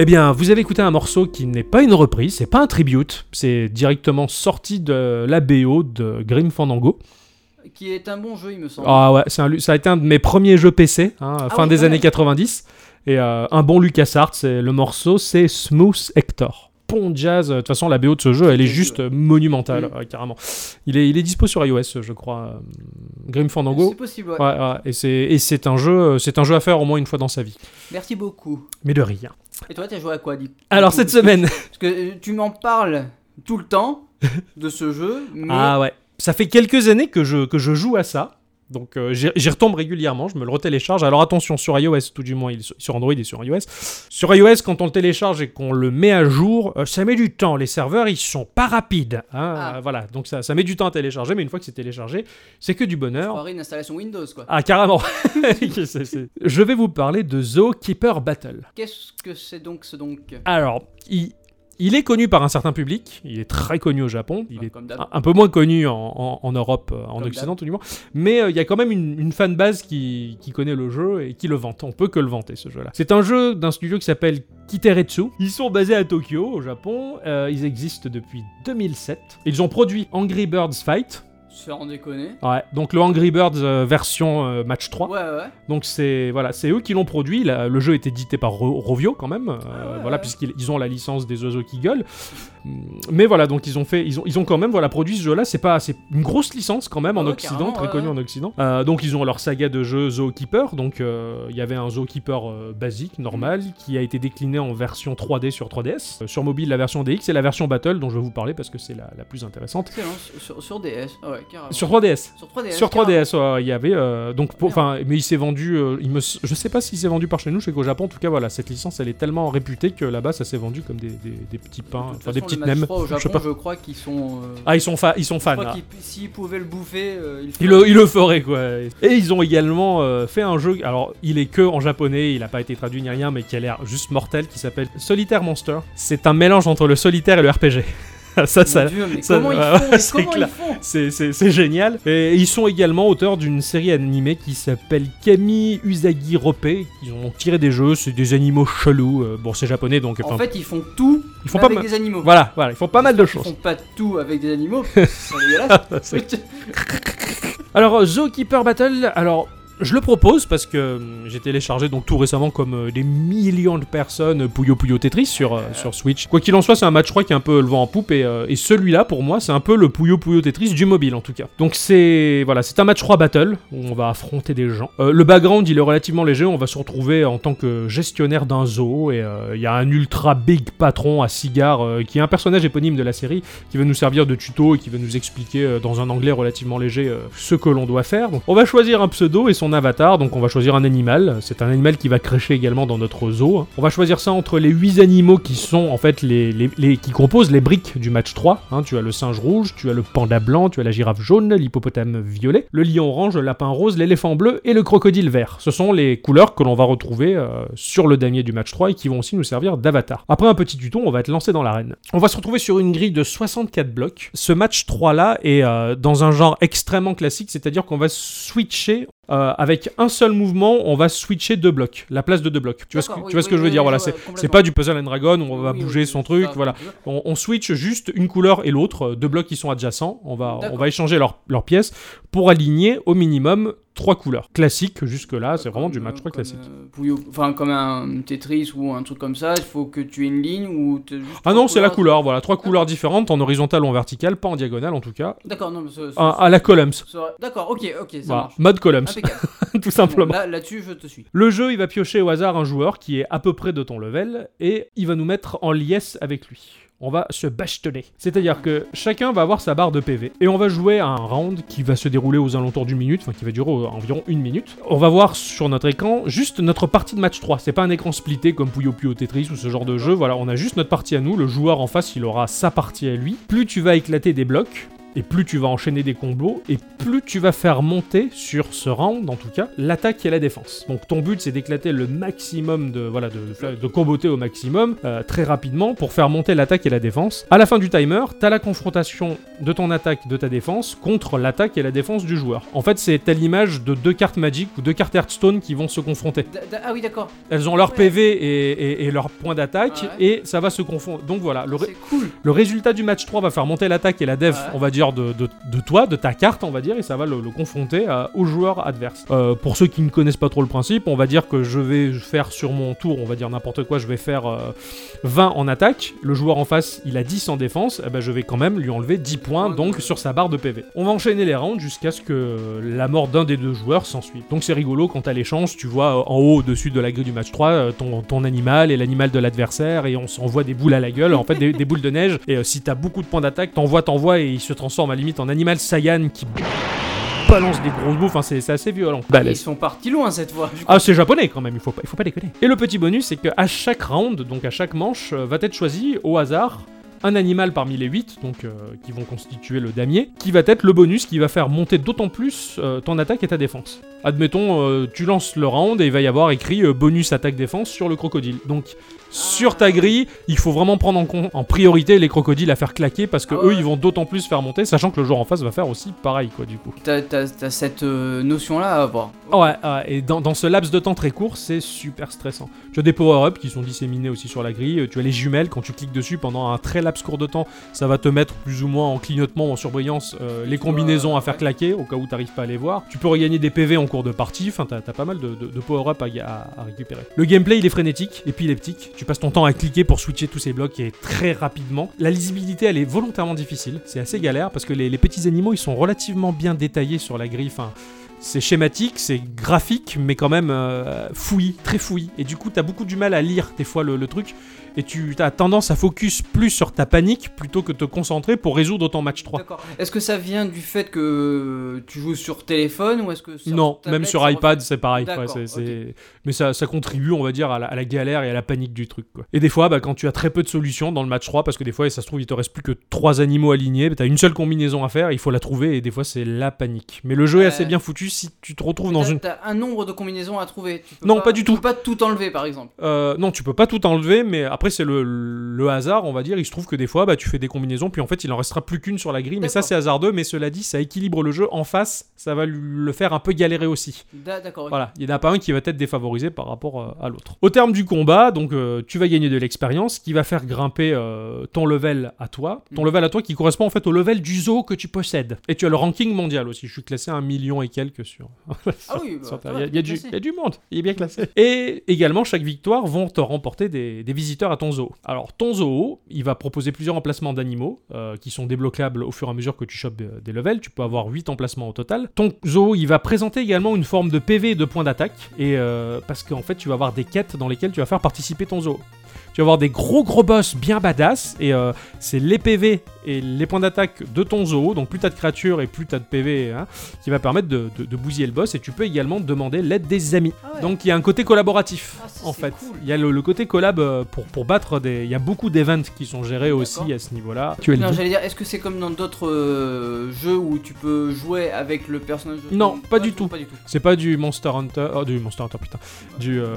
Speaker 6: Eh bien, vous avez écouté un morceau qui n'est pas une reprise, c'est pas un tribute, c'est directement sorti de la BO de Grim Fandango.
Speaker 4: Qui est un bon jeu, il me semble.
Speaker 6: Ah ouais, c'est un lu- ça a été un de mes premiers jeux PC, hein, fin
Speaker 4: Oh. Ah oui,
Speaker 6: des
Speaker 4: quand
Speaker 6: années
Speaker 4: même.
Speaker 6: 90. Et euh, un bon LucasArts, c'est- le morceau, c'est Smooth Hector. Bon jazz, euh, de toute façon, la BO de ce jeu, elle est
Speaker 4: Très
Speaker 6: juste
Speaker 4: cool.
Speaker 6: euh, monumentale,
Speaker 4: Mm.
Speaker 6: euh, carrément. Il est, il est dispo sur iOS, je crois, euh, Grim Fandango.
Speaker 4: C'est possible, ouais.
Speaker 6: Ouais, ouais, et c'est et c'est un jeu, euh, c'est un jeu à faire au moins une fois dans sa vie.
Speaker 4: Merci beaucoup.
Speaker 6: Mais de rien.
Speaker 4: Et toi, t'as joué à quoi, dit
Speaker 6: Alors cette semaine,
Speaker 4: Parce que euh, tu m'en parles tout le temps de ce jeu, mais
Speaker 6: Ah ouais. Ça fait quelques années que je, que je joue à ça. Donc euh, j'y j'y retombe régulièrement, je me le retélécharge. Alors attention, sur iOS, tout du moins, il est sur- sur Android et sur iOS. Sur iOS, quand on le télécharge et qu'on le met à jour, euh, ça met du temps. Les serveurs, ils sont pas rapides. hein.
Speaker 4: Ah.
Speaker 6: Euh, Voilà, donc ça, ça met du temps à télécharger, mais une fois que c'est téléchargé, c'est que du
Speaker 4: on
Speaker 6: bonheur.
Speaker 4: aurait une installation Windows, quoi.
Speaker 6: Ah, carrément C'est- c'est- Je vais vous parler de Zookeeper Battle.
Speaker 4: Qu'est-ce que c'est donc ce donc
Speaker 6: Alors, il, il est connu par un certain public, il est très connu au Japon, il
Speaker 4: Bah,
Speaker 6: est
Speaker 4: comme d'hab.
Speaker 6: un, un peu moins connu en, en- en Europe, euh, en
Speaker 4: Comme
Speaker 6: Occident tout du moins, mais euh, il y a quand même une, une fanbase qui, qui connaît le jeu et qui le vante, on peut que le vanter ce jeu-là. C'est un jeu d'un studio qui s'appelle Kiteretsu, ils sont basés à Tokyo au Japon, Euh, ils existent depuis 2007, ils ont produit Angry Birds Fight,
Speaker 4: Sans déconner.
Speaker 6: ouais, donc le Angry Birds euh, version euh, match 3,
Speaker 4: Ouais, ouais.
Speaker 6: donc c'est voilà, c'est eux qui l'ont produit. La- le jeu est édité par Ro- Rovio quand même, euh,
Speaker 4: Ah ouais,
Speaker 6: voilà
Speaker 4: ouais.
Speaker 6: puisqu'ils ils ont la licence des oiseaux qui gueulent. Mais voilà, donc ils ont fait, ils ont, ils ont quand même voilà produit ce jeu-là. C'est pas, c'est une grosse licence quand même en
Speaker 4: Ah Ouais,
Speaker 6: Occident,
Speaker 4: carrément,
Speaker 6: très
Speaker 4: ouais,
Speaker 6: connue
Speaker 4: ouais.
Speaker 6: en Occident. Euh, donc ils ont leur saga de jeux Zookeeper. Donc euh, il y avait un Zookeeper euh, basique, normal,
Speaker 4: Mm.
Speaker 6: qui a été décliné en version 3D sur 3DS, Euh, sur mobile la version DX et la version Battle dont je vais vous parler parce que c'est la, la plus intéressante.
Speaker 4: Excellent. Sur, sur- sur DS. Ah Ouais, carrément.
Speaker 6: Sur 3DS.
Speaker 4: Sur 3DS.
Speaker 6: Sur
Speaker 4: carrément.
Speaker 6: 3DS, ouais, il y avait euh, donc pour-
Speaker 4: Merde.
Speaker 6: enfin mais il s'est vendu euh, il me s- je sais pas s'il s'est vendu par chez nous, je sais qu'au Japon en tout cas voilà, cette licence elle est tellement réputée que là-bas ça s'est vendu comme des, des- des petits pains,
Speaker 4: De toute
Speaker 6: enfin
Speaker 4: façon, le
Speaker 6: des petites
Speaker 4: match
Speaker 6: nems,
Speaker 4: 3 Au Japon,
Speaker 6: je
Speaker 4: je,
Speaker 6: sais pas.
Speaker 4: crois qu'ils sont. euh,
Speaker 6: Ah, ils sont fa- ils sont
Speaker 4: je
Speaker 6: fans.
Speaker 4: crois
Speaker 6: là.
Speaker 4: qu'ils- s'ils pouvaient le bouffer, euh, ils
Speaker 6: Ils
Speaker 4: feraient.
Speaker 6: le, ils le feraient quoi. Et ils ont également euh, fait un jeu, alors il est que en japonais, il a pas été traduit ni rien, mais qui a l'air juste mortel, qui s'appelle Solitaire Monster. C'est un mélange entre le solitaire et le RPG. ça, ça,
Speaker 4: Mon Dieu, mais
Speaker 6: ça-
Speaker 4: comment ils
Speaker 6: ouais,
Speaker 4: font
Speaker 6: ouais,
Speaker 4: mais
Speaker 6: c'est
Speaker 4: Comment
Speaker 6: clair.
Speaker 4: ils font
Speaker 6: C'est- C'est c'est génial. Et ils sont également auteurs d'une série animée qui s'appelle Kami Usagi Rope. Ils en ont tiré des jeux, c'est des animaux chelous. Euh, bon, c'est japonais donc. enfin,
Speaker 4: En fait, ils font tout
Speaker 6: ils font pas
Speaker 4: avec
Speaker 6: mal.
Speaker 4: des animaux.
Speaker 6: Voilà, voilà, ils font pas mal de
Speaker 4: Ils font
Speaker 6: choses.
Speaker 4: pas tout avec des animaux. C'est dégueulasse.
Speaker 6: Alors, euh, Zookeeper Battle, alors. Je le propose parce que euh, j'ai téléchargé donc tout récemment comme euh, des millions de personnes euh, Puyo Puyo Tetris sur, euh, sur Switch. Quoi qu'il en soit, c'est un match 3 qui est un peu le vent en poupe et, euh, et celui-là pour moi c'est un peu le Puyo Puyo Tetris du mobile en tout cas. Donc c'est voilà, c'est un match 3 battle où on va affronter des gens. Euh, le background il est relativement léger, on va se retrouver en tant que gestionnaire d'un zoo et euh, il y a un ultra big patron à cigare euh, qui est un personnage éponyme de la série qui va nous servir de tuto et qui va nous expliquer euh, dans un anglais relativement léger euh, ce que l'on doit faire. Donc, on va choisir un pseudo et son avatar, donc on va choisir un animal. C'est un animal qui va crécher également dans notre zoo. hein. On va choisir ça entre les 8 animaux qui sont en fait les, les- les- qui composent les briques du match 3. hein. Tu as le singe rouge, tu as le panda blanc, tu as la girafe jaune, l'hippopotame violet, le lion orange, le lapin rose, l'éléphant bleu et le crocodile vert. Ce sont les couleurs que l'on va retrouver euh, sur le damier du match 3 et qui vont aussi nous servir d'avatar. Après un petit tuto, on va être lancé dans l'arène. On va se retrouver sur une grille de 64 blocs. Ce match 3 là est euh, dans un genre extrêmement classique, c'est-à-dire qu'on va switcher euh, avec un seul mouvement, on va switcher deux blocs, la place de deux blocs. Tu vois ce que,
Speaker 4: D'accord, oui,
Speaker 6: tu vois ce que
Speaker 4: oui,
Speaker 6: je veux
Speaker 4: oui,
Speaker 6: dire
Speaker 4: oui,
Speaker 6: Voilà,
Speaker 4: je
Speaker 6: c'est
Speaker 4: vois, complètement.
Speaker 6: c'est pas du puzzle and dragon, où on va
Speaker 4: Oui,
Speaker 6: bouger
Speaker 4: oui,
Speaker 6: son
Speaker 4: ça,
Speaker 6: truc,
Speaker 4: ça,
Speaker 6: voilà.
Speaker 4: ça.
Speaker 6: On, on switch juste une couleur et l'autre, euh, deux blocs qui sont adjacents. On va, on
Speaker 4: D'accord.
Speaker 6: va échanger leurs leurs pièces pour aligner au minimum trois couleurs. Classique jusque-là, c'est vraiment du
Speaker 4: Comme,
Speaker 6: match 3
Speaker 4: euh, comme,
Speaker 6: classique.
Speaker 4: euh, Puyo- Enfin, comme un Tetris ou un truc comme ça, il faut que tu aies une ligne ou. t'as juste
Speaker 6: Ah
Speaker 4: trois
Speaker 6: non, c'est la
Speaker 4: couleurs.
Speaker 6: couleur, voilà. Trois couleurs différentes, en horizontale ou en verticale, pas en diagonale en tout cas.
Speaker 4: D'accord, non, mais ça- ça-
Speaker 6: À, à la columns.
Speaker 4: ça- D'accord, ok, ok, ça
Speaker 6: Voilà,
Speaker 4: marche. Ah,
Speaker 6: mode columns,
Speaker 4: Impeccable.
Speaker 6: tout
Speaker 4: Bon,
Speaker 6: simplement.
Speaker 4: là- Là-dessus, je te suis.
Speaker 6: Le jeu, il va piocher au hasard un joueur qui est à peu près de ton level et il va nous mettre en liesse avec lui. On va se bastonner. C'est-à-dire que chacun va avoir sa barre de PV et on va jouer à un round qui va se dérouler aux alentours d'une minute, enfin qui va durer euh, environ une minute. On va voir sur notre écran juste notre partie de match 3. C'est pas un écran splitté comme Puyo Puyo Tetris ou ce genre de jeu. Voilà, on a juste notre partie à nous. Le joueur en face, il aura sa partie à lui. Plus tu vas éclater des blocs, Et plus tu vas enchaîner des combos, et plus tu vas faire monter, sur ce round en tout cas, l'attaque et la défense. Donc ton but c'est d'éclater le maximum de, voilà, de, de comboter au maximum, euh, très rapidement, pour faire monter l'attaque et la défense. À la fin du timer, t'as la confrontation de ton attaque, de ta défense, contre l'attaque et la défense du joueur. En fait, c'est à l'image de deux cartes Magic ou deux cartes Hearthstone qui vont se confronter.
Speaker 4: D- d- Ah oui, d'accord.
Speaker 6: Elles ont leur
Speaker 4: Ouais.
Speaker 6: PV et, et- et leur point d'attaque,
Speaker 4: Ouais.
Speaker 6: et ça va se confondre. Donc voilà, le, ré-
Speaker 4: C'est cool.
Speaker 6: le résultat du match 3 va faire monter l'attaque et la dev,
Speaker 4: Ouais.
Speaker 6: on va dire, de, de- de toi, de ta carte, on va dire, et ça va le, le confronter euh, à- au joueur adverse. Euh, pour ceux qui ne connaissent pas trop le principe, on va dire que je vais faire sur mon tour, on va dire n'importe quoi, je vais faire euh, 20 en attaque, le joueur en face, il a 10 en défense, eh ben, je vais quand même lui enlever 10 points,
Speaker 4: Ouais,
Speaker 6: donc
Speaker 4: ouais.
Speaker 6: sur sa barre de PV. On va enchaîner les rounds jusqu'à ce que la mort d'un des deux joueurs s'ensuive. Donc c'est rigolo, quand à l'échange, tu vois euh, en haut, au-dessus de la grille du match 3, euh, ton, ton animal et l'animal de l'adversaire, et on s'envoie des boules à la gueule, en fait des, des boules de neige, et euh, si t'as beaucoup de points d'attaque, t'envoies, t'envoies, et il se transforme à la limite en animal Saiyan qui balance des grosses bouffes, Enfin, c'est c'est assez violent.
Speaker 4: Ils sont partis loin cette fois.
Speaker 6: Ah, c'est japonais quand même, il faut pas, il faut pas déconner. Et le petit bonus, c'est qu'à chaque round, donc à chaque manche, euh, va être choisi au hasard un animal parmi les 8, donc euh, qui vont constituer le damier, qui va être le bonus qui va faire monter d'autant plus euh, ton attaque et ta défense. Admettons, euh, tu lances le round et il va y avoir écrit euh, bonus attaque défense sur le crocodile. Donc sur ta grille, il faut vraiment prendre en compte en priorité les crocodiles à faire claquer parce que
Speaker 4: Ah ouais.
Speaker 6: eux ils vont d'autant plus faire monter, sachant que le joueur en face va faire aussi pareil quoi du coup.
Speaker 4: T'as, t'as- t'as cette euh, notion-là à avoir.
Speaker 6: Ouais, ouais, et dans, dans ce laps de temps très court, c'est super stressant. Tu as des power-ups qui sont disséminés aussi sur la grille, euh, tu as les jumelles, quand tu cliques dessus pendant un très laps court de temps, ça va te mettre plus ou moins en clignotement ou en surbrillance euh, les combinaisons à faire claquer au cas où t'arrives pas à les voir. Tu peux regagner des PV en cours de partie, enfin t'as t'as pas mal de, de- de power-up à, ga- à- à récupérer. Le gameplay il est frénétique, épileptique, tu passes ton temps à cliquer pour switcher tous ces blocs et très rapidement. La lisibilité elle est volontairement difficile, c'est assez galère parce que les, les petits animaux ils sont relativement bien détaillés sur la grille, enfin c'est schématique, c'est graphique, mais quand même euh, fouillis, très fouillis. Et du coup, t'as beaucoup du mal à lire des fois le, le truc. Et tu as tendance à focus plus sur ta panique plutôt que te concentrer pour résoudre autant match 3.
Speaker 4: D'accord. Est-ce que ça vient du fait que tu joues sur téléphone ou est-ce que sur
Speaker 6: non,
Speaker 4: tablette,
Speaker 6: même sur
Speaker 4: ça
Speaker 6: iPad, c'est pareil.
Speaker 4: D'accord,
Speaker 6: ouais, c'est- c'est- Mais ça, ça contribue, on va dire, à la, à la galère et à la panique du truc. quoi. Et des fois, bah, quand tu as très peu de solutions dans le match 3, parce que des fois, ça se trouve, il te reste plus que 3 animaux alignés, bah, t'as une seule combinaison à faire, il faut la trouver, et des fois, c'est la panique. Mais le jeu est assez
Speaker 4: Ouais.
Speaker 6: bien foutu si tu te retrouves
Speaker 4: reflète-
Speaker 6: dans
Speaker 4: t'as,
Speaker 6: une
Speaker 4: t'as un nombre de combinaisons à trouver. Tu peux
Speaker 6: Non, pas du
Speaker 4: tu
Speaker 6: tout.
Speaker 4: peux pas tout enlever par exemple.
Speaker 6: Euh, non, tu peux pas tout enlever, mais après c'est le, le hasard, on va dire. Il se trouve que des fois, bah, tu fais des combinaisons, puis en fait, il en restera plus qu'une sur la grille. Mais ça,
Speaker 4: D'accord.
Speaker 6: c'est hasardeux. Mais cela dit, ça équilibre le jeu en face. Ça va lui- le faire un peu galérer aussi.
Speaker 4: Da- d'accord. ok.
Speaker 6: Voilà, il n'y en a pas un qui va être défavorisé par rapport euh, à l'autre. Au terme du combat, donc euh, tu vas gagner de l'expérience, qui va faire grimper euh, ton level à toi, ton
Speaker 4: Mm.
Speaker 6: level à toi qui correspond en fait au level du zoo que tu possèdes. Et tu as le ranking mondial aussi. Je suis classé à un million et quelques sur.
Speaker 4: Ah oui, bah,
Speaker 6: sur Terre.
Speaker 4: ça va,
Speaker 6: il, y a, il y
Speaker 4: bien
Speaker 6: a du,
Speaker 4: classé.
Speaker 6: il y a du monde, il est bien classé. Et également, chaque victoire vont te remporter des, des visiteurs à ton zoo. Alors, ton zoo, il va proposer plusieurs emplacements d'animaux euh, qui sont débloquables au fur et à mesure que tu chopes euh, des levels. Tu peux avoir 8 emplacements au total. Ton zoo, il va présenter également une forme de PV et de points d'attaque. Et euh, parce qu'en fait, tu vas avoir des quêtes dans lesquelles tu vas faire participer ton zoo. Tu vas avoir des gros gros boss bien badass et euh, c'est les PV et les points d'attaque de ton zoo, donc plus t'as de créatures et plus t'as de PV, hein, qui va permettre de, de- de bousiller le boss et tu peux également demander l'aide des amis.
Speaker 4: Ah ouais.
Speaker 6: Donc il y a un côté collaboratif
Speaker 4: Ah, ça,
Speaker 6: en
Speaker 4: c'est
Speaker 6: fait.
Speaker 4: cool.
Speaker 6: Il y a le, le côté collab euh, pour, pour battre des. Il y a beaucoup d'events qui sont gérés aussi à ce niveau-là. Tu es le
Speaker 4: Non,
Speaker 6: guide.
Speaker 4: j'allais dire, est-ce que c'est comme dans d'autres euh, jeux où tu peux jouer avec le personnage de
Speaker 6: Non,
Speaker 4: ton-
Speaker 6: pas du tout.
Speaker 4: Pas du tout.
Speaker 6: C'est pas du Monster Hunter, oh, du Monster Hunter putain, du euh,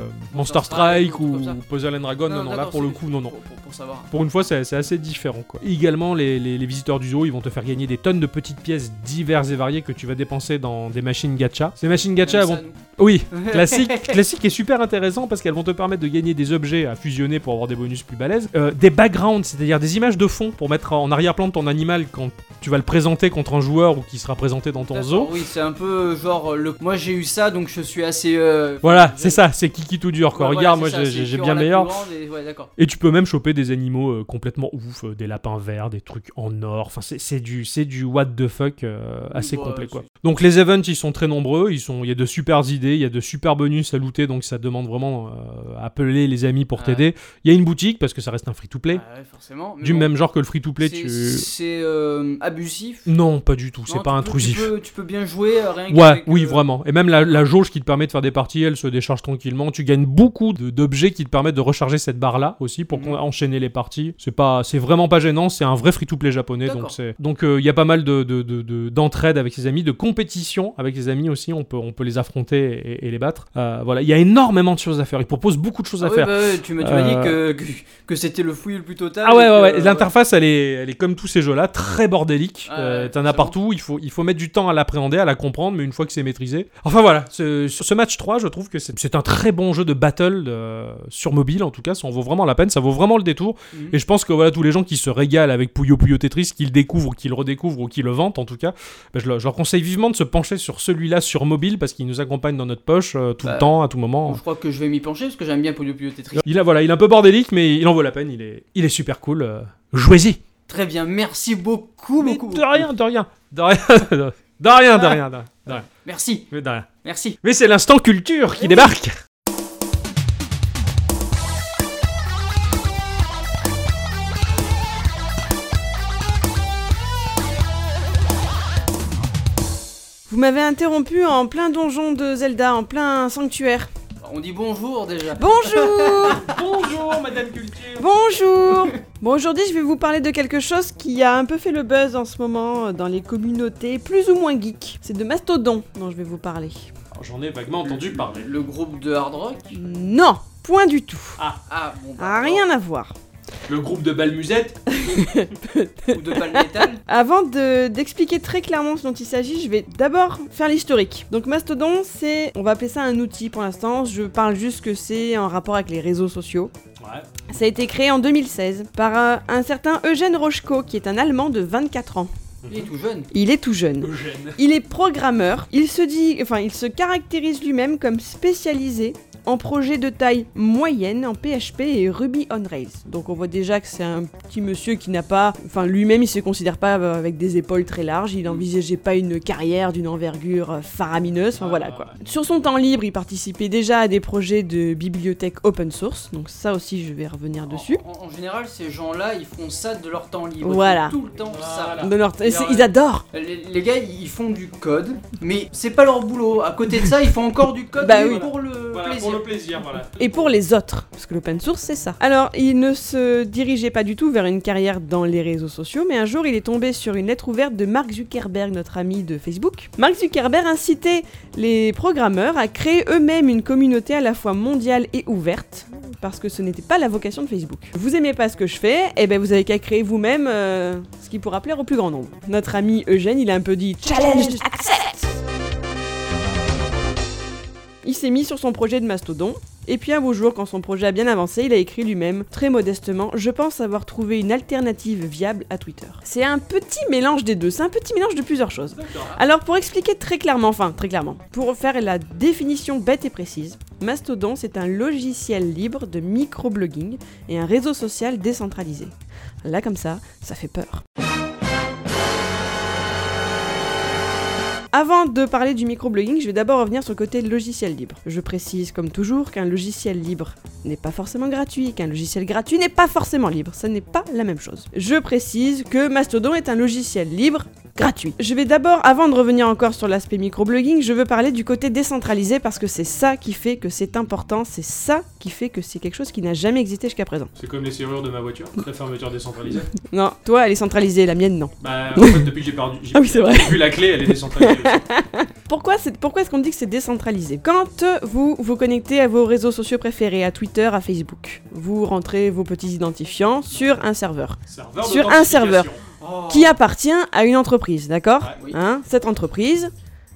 Speaker 4: Monster
Speaker 6: Monster Strike
Speaker 4: Strike ou
Speaker 6: ou
Speaker 4: comme ça.
Speaker 6: Puzzle and Dragon, non, non, là
Speaker 4: d'accord,
Speaker 6: pour le
Speaker 4: c'est
Speaker 6: coup,
Speaker 4: juste
Speaker 6: non, non.
Speaker 4: Pour, pour- pour savoir.
Speaker 6: Pour une fois, c'est c'est assez différent. Quoi. Également, les, les- les visiteurs du zoo, ils vont te faire gagner des tonnes de petites pièces diverses et variées que tu vas dépenser dans des machines gacha. Ces machines gacha, elles
Speaker 4: Même
Speaker 6: vont...
Speaker 4: ça, nous.
Speaker 6: oui, classique, classique est super intéressant parce qu'elles vont te permettre de gagner des objets à fusionner pour avoir des bonus plus balèzes, Euh, des backgrounds, c'est-à-dire des images de fond pour mettre en arrière-plan de ton animal quand tu vas le présenter contre un joueur ou qui sera présenté dans ton
Speaker 4: D'accord,
Speaker 6: zoo.
Speaker 4: Oui, c'est un peu genre euh, le. Moi j'ai eu ça donc je suis assez. euh,
Speaker 6: Voilà,
Speaker 4: je-
Speaker 6: c'est ça, c'est kiki tout dur. Quoi.
Speaker 4: Ouais,
Speaker 6: Regarde,
Speaker 4: voilà,
Speaker 6: moi
Speaker 4: c'est ça,
Speaker 6: j'ai
Speaker 4: c'est
Speaker 6: j'ai
Speaker 4: tu
Speaker 6: bien
Speaker 4: en as plus
Speaker 6: meilleur.
Speaker 4: grande et- ouais, d'accord.
Speaker 6: Et tu peux même choper des animaux euh, complètement ouf, euh, des lapins verts, des trucs en or. Enfin, c'est c'est du, c'est du what the fuck euh, assez
Speaker 4: bah,
Speaker 6: complet,
Speaker 4: c'est-
Speaker 6: quoi. Donc les events, ils sont très nombreux. Ils sont, il y a de super idées, il y a de super bonus à looter. Donc ça demande vraiment euh, appeler les amis pour
Speaker 4: Ouais.
Speaker 6: t'aider. Il y a une boutique parce que ça reste un free to play,
Speaker 4: Ah ouais, forcément. mais
Speaker 6: du
Speaker 4: bon,
Speaker 6: même genre que le free to play.
Speaker 4: c'est-
Speaker 6: Tu...
Speaker 4: C'est euh, abusif.
Speaker 6: Non, pas du tout.
Speaker 4: Non,
Speaker 6: C'est
Speaker 4: tu
Speaker 6: pas
Speaker 4: peux-
Speaker 6: intrusif.
Speaker 4: Tu peux, tu peux bien jouer euh, rien que.
Speaker 6: Ouais, oui, vraiment. Et même la, la jauge qui te permet de faire des parties, elle se décharge tranquillement. Tu gagnes beaucoup de- d'objets qui te permettent de recharger cette là aussi
Speaker 4: Mhm.
Speaker 6: pour qu'on- enchaîner les parties. C'est pas, c'est vraiment pas gênant. C'est un vrai free-to-play japonais, donc
Speaker 4: D'accord.
Speaker 6: c'est donc euh, il y a pas mal de, de- de- de- d'entraide avec ses amis, de compétition avec ses amis aussi. On peut on peut les affronter et, et les battre. Euh, voilà, il y a énormément de choses à faire. Il propose beaucoup de choses
Speaker 4: Ah
Speaker 6: à
Speaker 4: oui,
Speaker 6: faire.
Speaker 4: bah ouais, tu m'as tu m'as dit
Speaker 6: Euh,
Speaker 4: que, que, que c'était le fouillis le plus total.
Speaker 6: Ah ouais,
Speaker 4: et
Speaker 6: ouais,
Speaker 4: que- euh,
Speaker 6: ouais. L'interface, elle est, elle est comme tous ces jeux-là, très bordélique.
Speaker 4: Ah
Speaker 6: Euh,
Speaker 4: ouais,
Speaker 6: T'en
Speaker 4: forcément.
Speaker 6: as partout. Il faut, il faut mettre du temps à l'appréhender, à la comprendre, mais une fois que c'est maîtrisé. Enfin voilà, ce, sur ce match 3, je trouve que c'est c'est un très bon jeu de battle euh, sur mobile, en tout cas. Ça en vaut vraiment la peine. Ça vaut vraiment le détour.
Speaker 4: Mhm.
Speaker 6: Et je pense que voilà, tous les gens qui se régalent avec Puyo Puyo Tetris, qu'ils découvrent, qu'ils redécouvrent ou qu'ils le vantent, en tout cas, ben, je, leur- je leur conseille vivement de se pencher sur celui-là sur mobile parce qu'il nous accompagne dans notre poche euh, tout
Speaker 4: Bah,
Speaker 6: le temps, à tout moment.
Speaker 4: Bon, je crois que je vais m'y pencher parce que j'aime bien Puyo Puyo Tetris.
Speaker 6: Il, a, voilà, il est un peu bordélique, mais il en vaut la peine. Il est, il est super cool. euh, Jouez-y!
Speaker 4: Très bien, merci beaucoup,
Speaker 6: Mais
Speaker 4: beaucoup.
Speaker 6: de
Speaker 4: beaucoup.
Speaker 6: rien, de rien, de rien, de de rien, de rien, de rien, de rien,
Speaker 4: Merci,
Speaker 6: mais de rien.
Speaker 4: merci.
Speaker 6: Mais c'est l'instant culture
Speaker 8: Eh
Speaker 6: qui débarque.
Speaker 8: Vous m'avez interrompu en plein donjon de Zelda, en plein sanctuaire.
Speaker 4: On dit bonjour déjà.
Speaker 8: Bonjour
Speaker 3: Bonjour, Madame Culture.
Speaker 8: Bonjour Bon, aujourd'hui, je vais vous parler de quelque chose qui a un peu fait le buzz en ce moment euh, dans les communautés plus ou moins geeks. C'est de Mastodon dont je vais vous parler.
Speaker 6: J'en ai vaguement entendu parler.
Speaker 4: Le groupe de hard rock
Speaker 8: Non Point du tout.
Speaker 4: Ah, bon. bah,
Speaker 8: Ah, Rien à voir.
Speaker 6: Le groupe de Balmusette.
Speaker 4: Ou de Palmetal
Speaker 8: Avant de- d'expliquer très clairement ce dont il s'agit, je vais d'abord faire l'historique. Donc Mastodon, c'est, on va appeler ça un outil pour l'instant. Je parle juste que c'est en rapport avec les réseaux sociaux.
Speaker 6: Ouais.
Speaker 8: Ça a été créé en 2016 par euh, un certain Eugène Rochko, qui est un Allemand de 24 ans.
Speaker 4: Il est tout jeune.
Speaker 8: Il est tout jeune. Il est programmeur. Il se dit, enfin, il se caractérise lui-même comme spécialisé en projet de taille moyenne en PHP et Ruby on Rails. Donc on voit déjà que c'est un petit monsieur qui n'a pas, enfin lui-même il se considère pas euh, avec des épaules très larges, il envisageait pas une carrière d'une envergure euh, faramineuse, enfin voilà quoi. Sur son temps libre, il participait déjà à des projets de bibliothèque open source, donc ça aussi je vais revenir dessus.
Speaker 4: En, en- en général, ces gens-là, ils font ça de leur temps libre. Ils
Speaker 8: Voilà.
Speaker 4: font Tout le temps ça.
Speaker 8: De leur- et c'est-
Speaker 4: Alors,
Speaker 8: ils adorent
Speaker 4: Les, les gars, ils font du code, mais c'est pas leur boulot. À côté de ça, ils font encore du code
Speaker 8: Bah
Speaker 4: mais
Speaker 8: oui.
Speaker 4: pour le plaisir.
Speaker 3: plaisir, voilà.
Speaker 8: et pour les autres, parce que l'open source c'est ça. Alors, il ne se dirigeait pas du tout vers une carrière dans les réseaux sociaux, mais un jour il est tombé sur une lettre ouverte de Mark Zuckerberg, notre ami de Facebook. Mark Zuckerberg incitait les programmeurs à créer eux-mêmes une communauté à la fois mondiale et ouverte, parce que ce n'était pas la vocation de Facebook. Vous aimez pas ce que je fais, eh ben vous avez qu'à créer vous-même euh, ce qui pourra plaire au plus grand nombre. Notre ami Eugène, il a un peu dit challenge accept. Il s'est mis sur son projet de mastodon. Et puis un beau jour, quand son projet a bien avancé, il a écrit lui-même, très modestement, je pense avoir trouvé une alternative viable à Twitter. C'est un petit mélange des deux, c'est un petit mélange de plusieurs choses. Alors pour expliquer très clairement, enfin très clairement, pour faire la définition bête et précise, Mastodon c'est un logiciel libre de microblogging et un réseau social décentralisé. Là comme ça, ça fait peur. Avant de parler du microblogging, je vais d'abord revenir sur le côté logiciel libre. Je précise comme toujours qu'un logiciel libre n'est pas forcément gratuit, et qu'un logiciel gratuit n'est pas forcément libre, ça n'est pas la même chose. Je précise que Mastodon est un logiciel libre gratuit. Je vais d'abord, avant de revenir encore sur l'aspect microblogging, je veux parler du côté décentralisé parce que c'est ça qui fait que c'est important, c'est ça qui fait que c'est quelque chose qui n'a jamais existé jusqu'à présent.
Speaker 6: C'est comme les serrures de ma voiture, la fermeture décentralisée.
Speaker 8: Non, toi elle est centralisée, la mienne non.
Speaker 6: Bah en fait depuis que j'ai perdu, j'ai
Speaker 8: Ah oui, c'est vrai.
Speaker 6: vu la clé, elle est décentralisée.
Speaker 8: Pourquoi, c'est- pourquoi est-ce qu'on dit que c'est décentralisé Quand euh, vous vous connectez à vos réseaux sociaux préférés, à Twitter, à Facebook, vous rentrez vos petits identifiants sur un serveur Sur un serveur.
Speaker 4: Oh.
Speaker 8: qui appartient à une entreprise, d'accord
Speaker 4: Oui.
Speaker 8: Hein, Cette entreprise,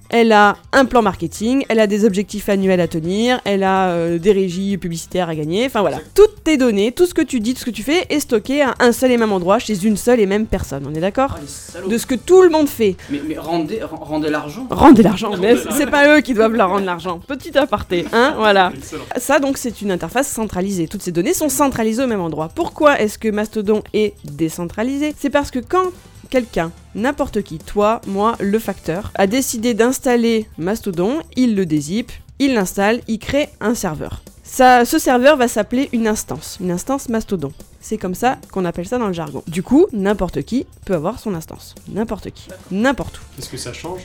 Speaker 8: elle a un plan marketing, elle a des objectifs annuels à tenir, elle a euh, des régies publicitaires à gagner, enfin voilà. Toutes tes données, tout ce que tu dis, tout ce que tu fais est stocké à un seul et même endroit chez une seule et même personne, on est d'accord
Speaker 4: Ah, les salauds.
Speaker 8: De ce que tout le monde fait.
Speaker 4: Mais, mais rendez, ren- rendez l'argent.
Speaker 8: Rendez l'argent, mais c'est pas eux qui doivent leur rendre l'argent. Petit aparté, hein, voilà. Ça, donc, c'est une interface centralisée. Toutes ces données sont centralisées au même endroit. Pourquoi est-ce que Mastodon est décentralisé C'est parce que quand quelqu'un, n'importe qui, toi, moi, le facteur, a décidé d'installer Mastodon, il le dézippe, il l'installe, il crée un serveur. Ça, ce serveur va s'appeler une instance, une instance Mastodon. C'est comme ça qu'on appelle ça dans le jargon. Du coup, n'importe qui peut avoir son instance. N'importe qui. N'importe où.
Speaker 6: Qu'est-ce que ça change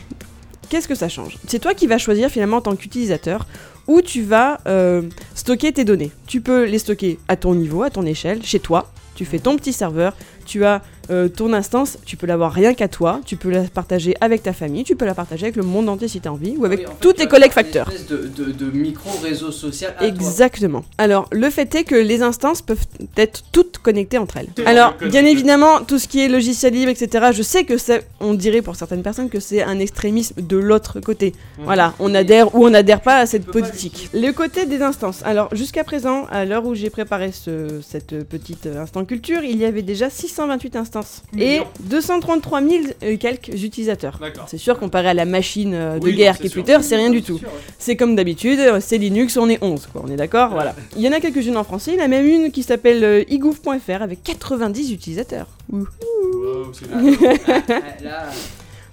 Speaker 8: Qu'est-ce que ça change C'est toi qui vas choisir finalement en tant qu'utilisateur où tu vas euh, stocker tes données. Tu peux les stocker à ton niveau, à ton échelle, chez toi. Tu fais ton petit serveur, tu as euh, ton instance, tu peux l'avoir rien qu'à toi, tu peux la partager avec ta famille, tu peux la partager avec le monde entier si tu as envie, ou avec
Speaker 4: Oui, en fait,
Speaker 8: tous
Speaker 4: tu
Speaker 8: tes
Speaker 4: vas
Speaker 8: collègues
Speaker 4: faire une
Speaker 8: facteurs.
Speaker 4: espèce de, de, de micro-réseau social. à toi.
Speaker 8: Exactement. Alors, le fait est que les instances peuvent être toutes connectées entre elles. Alors, bien évidemment, tout ce qui est logiciel libre, etc., je sais que c'est, on dirait pour certaines personnes que c'est un extrémisme de l'autre côté. Voilà, on adhère ou on n'adhère pas à cette
Speaker 3: peut Mmh. pas
Speaker 8: politique. Le côté des instances. Alors, jusqu'à présent, à l'heure où j'ai préparé ce- cette petite euh, instant culture, il y avait déjà 628 instances et
Speaker 3: Millions.
Speaker 8: 233 000 et quelques utilisateurs.
Speaker 3: D'accord.
Speaker 8: C'est sûr, comparé à la machine euh, de
Speaker 3: Oui,
Speaker 8: guerre
Speaker 3: c'est
Speaker 8: qui est
Speaker 3: sûr.
Speaker 8: Twitter, c'est rien du
Speaker 3: C'est
Speaker 8: tout.
Speaker 3: sûr, ouais.
Speaker 8: C'est comme d'habitude, euh, c'est Linux, on est 11, quoi, on est d'accord Voilà. Il y en a quelques-unes en français, il y en a même une qui s'appelle euh, igouf.fr avec 90 utilisateurs.
Speaker 3: Wow, c'est dingue.
Speaker 4: Ah, là,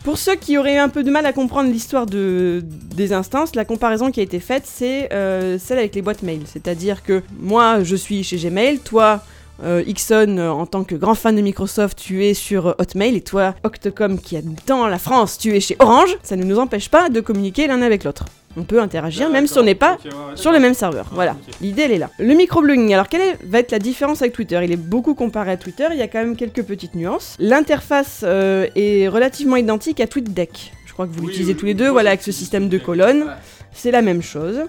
Speaker 8: Pour ceux qui auraient un peu de mal à comprendre l'histoire de, des instances, la comparaison qui a été faite, c'est euh, celle avec les boîtes mail. C'est-à-dire que moi, je suis chez Gmail, toi, euh, Ixon, euh, en tant que grand fan de Microsoft, tu es sur euh, Hotmail, et toi, Octocom, qui est dans la France, tu es chez Orange. Ça ne nous empêche pas de communiquer l'un avec l'autre. On peut
Speaker 6: Ah,
Speaker 8: interagir, même si on n'est pas
Speaker 3: Ok, ouais, ouais,
Speaker 8: sur le même serveur.
Speaker 3: Ah,
Speaker 8: Voilà,
Speaker 3: ok.
Speaker 8: l'idée elle est là. Le microblogging, alors quelle est- va être la différence avec Twitter Il est beaucoup comparé à Twitter, il y a quand même quelques petites nuances. L'interface euh, est relativement identique à TweetDeck. Je crois que vous
Speaker 3: Oui,
Speaker 8: l'utilisez
Speaker 3: oui,
Speaker 8: tous les
Speaker 3: oui,
Speaker 8: deux,
Speaker 3: moi,
Speaker 8: voilà,
Speaker 3: je
Speaker 8: avec ce
Speaker 3: l'utilise
Speaker 8: système de
Speaker 3: TweetDeck.
Speaker 8: colonnes.
Speaker 4: Ouais.
Speaker 8: C'est la même chose.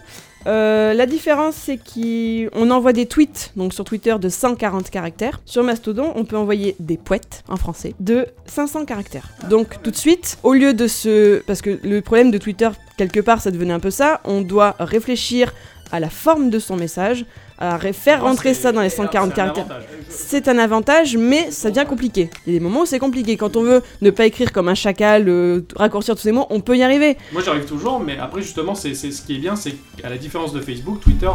Speaker 8: Euh, la différence, c'est qu'on envoie des tweets, donc sur Twitter, de 140 caractères. Sur Mastodon, on peut envoyer des poètes, en français, de 500 caractères. Donc, tout de suite, au lieu de se... Parce que le problème de Twitter, quelque part, ça devenait un peu ça, on doit réfléchir à la forme de son message, à ré- faire
Speaker 3: Non,
Speaker 8: rentrer
Speaker 3: c'est-
Speaker 8: ça dans les
Speaker 4: c'est un
Speaker 8: 140
Speaker 3: C'est un
Speaker 8: caractères.
Speaker 3: avantage.
Speaker 8: C'est un avantage, mais ça devient compliqué. Il y a des moments où c'est compliqué. Quand on veut ne pas écrire comme un chacal, euh, raccourcir tous ces mots, on peut y arriver.
Speaker 3: Moi j'arrive toujours, mais après justement, c'est c'est- ce qui est bien, c'est qu'à la différence de Facebook, Twitter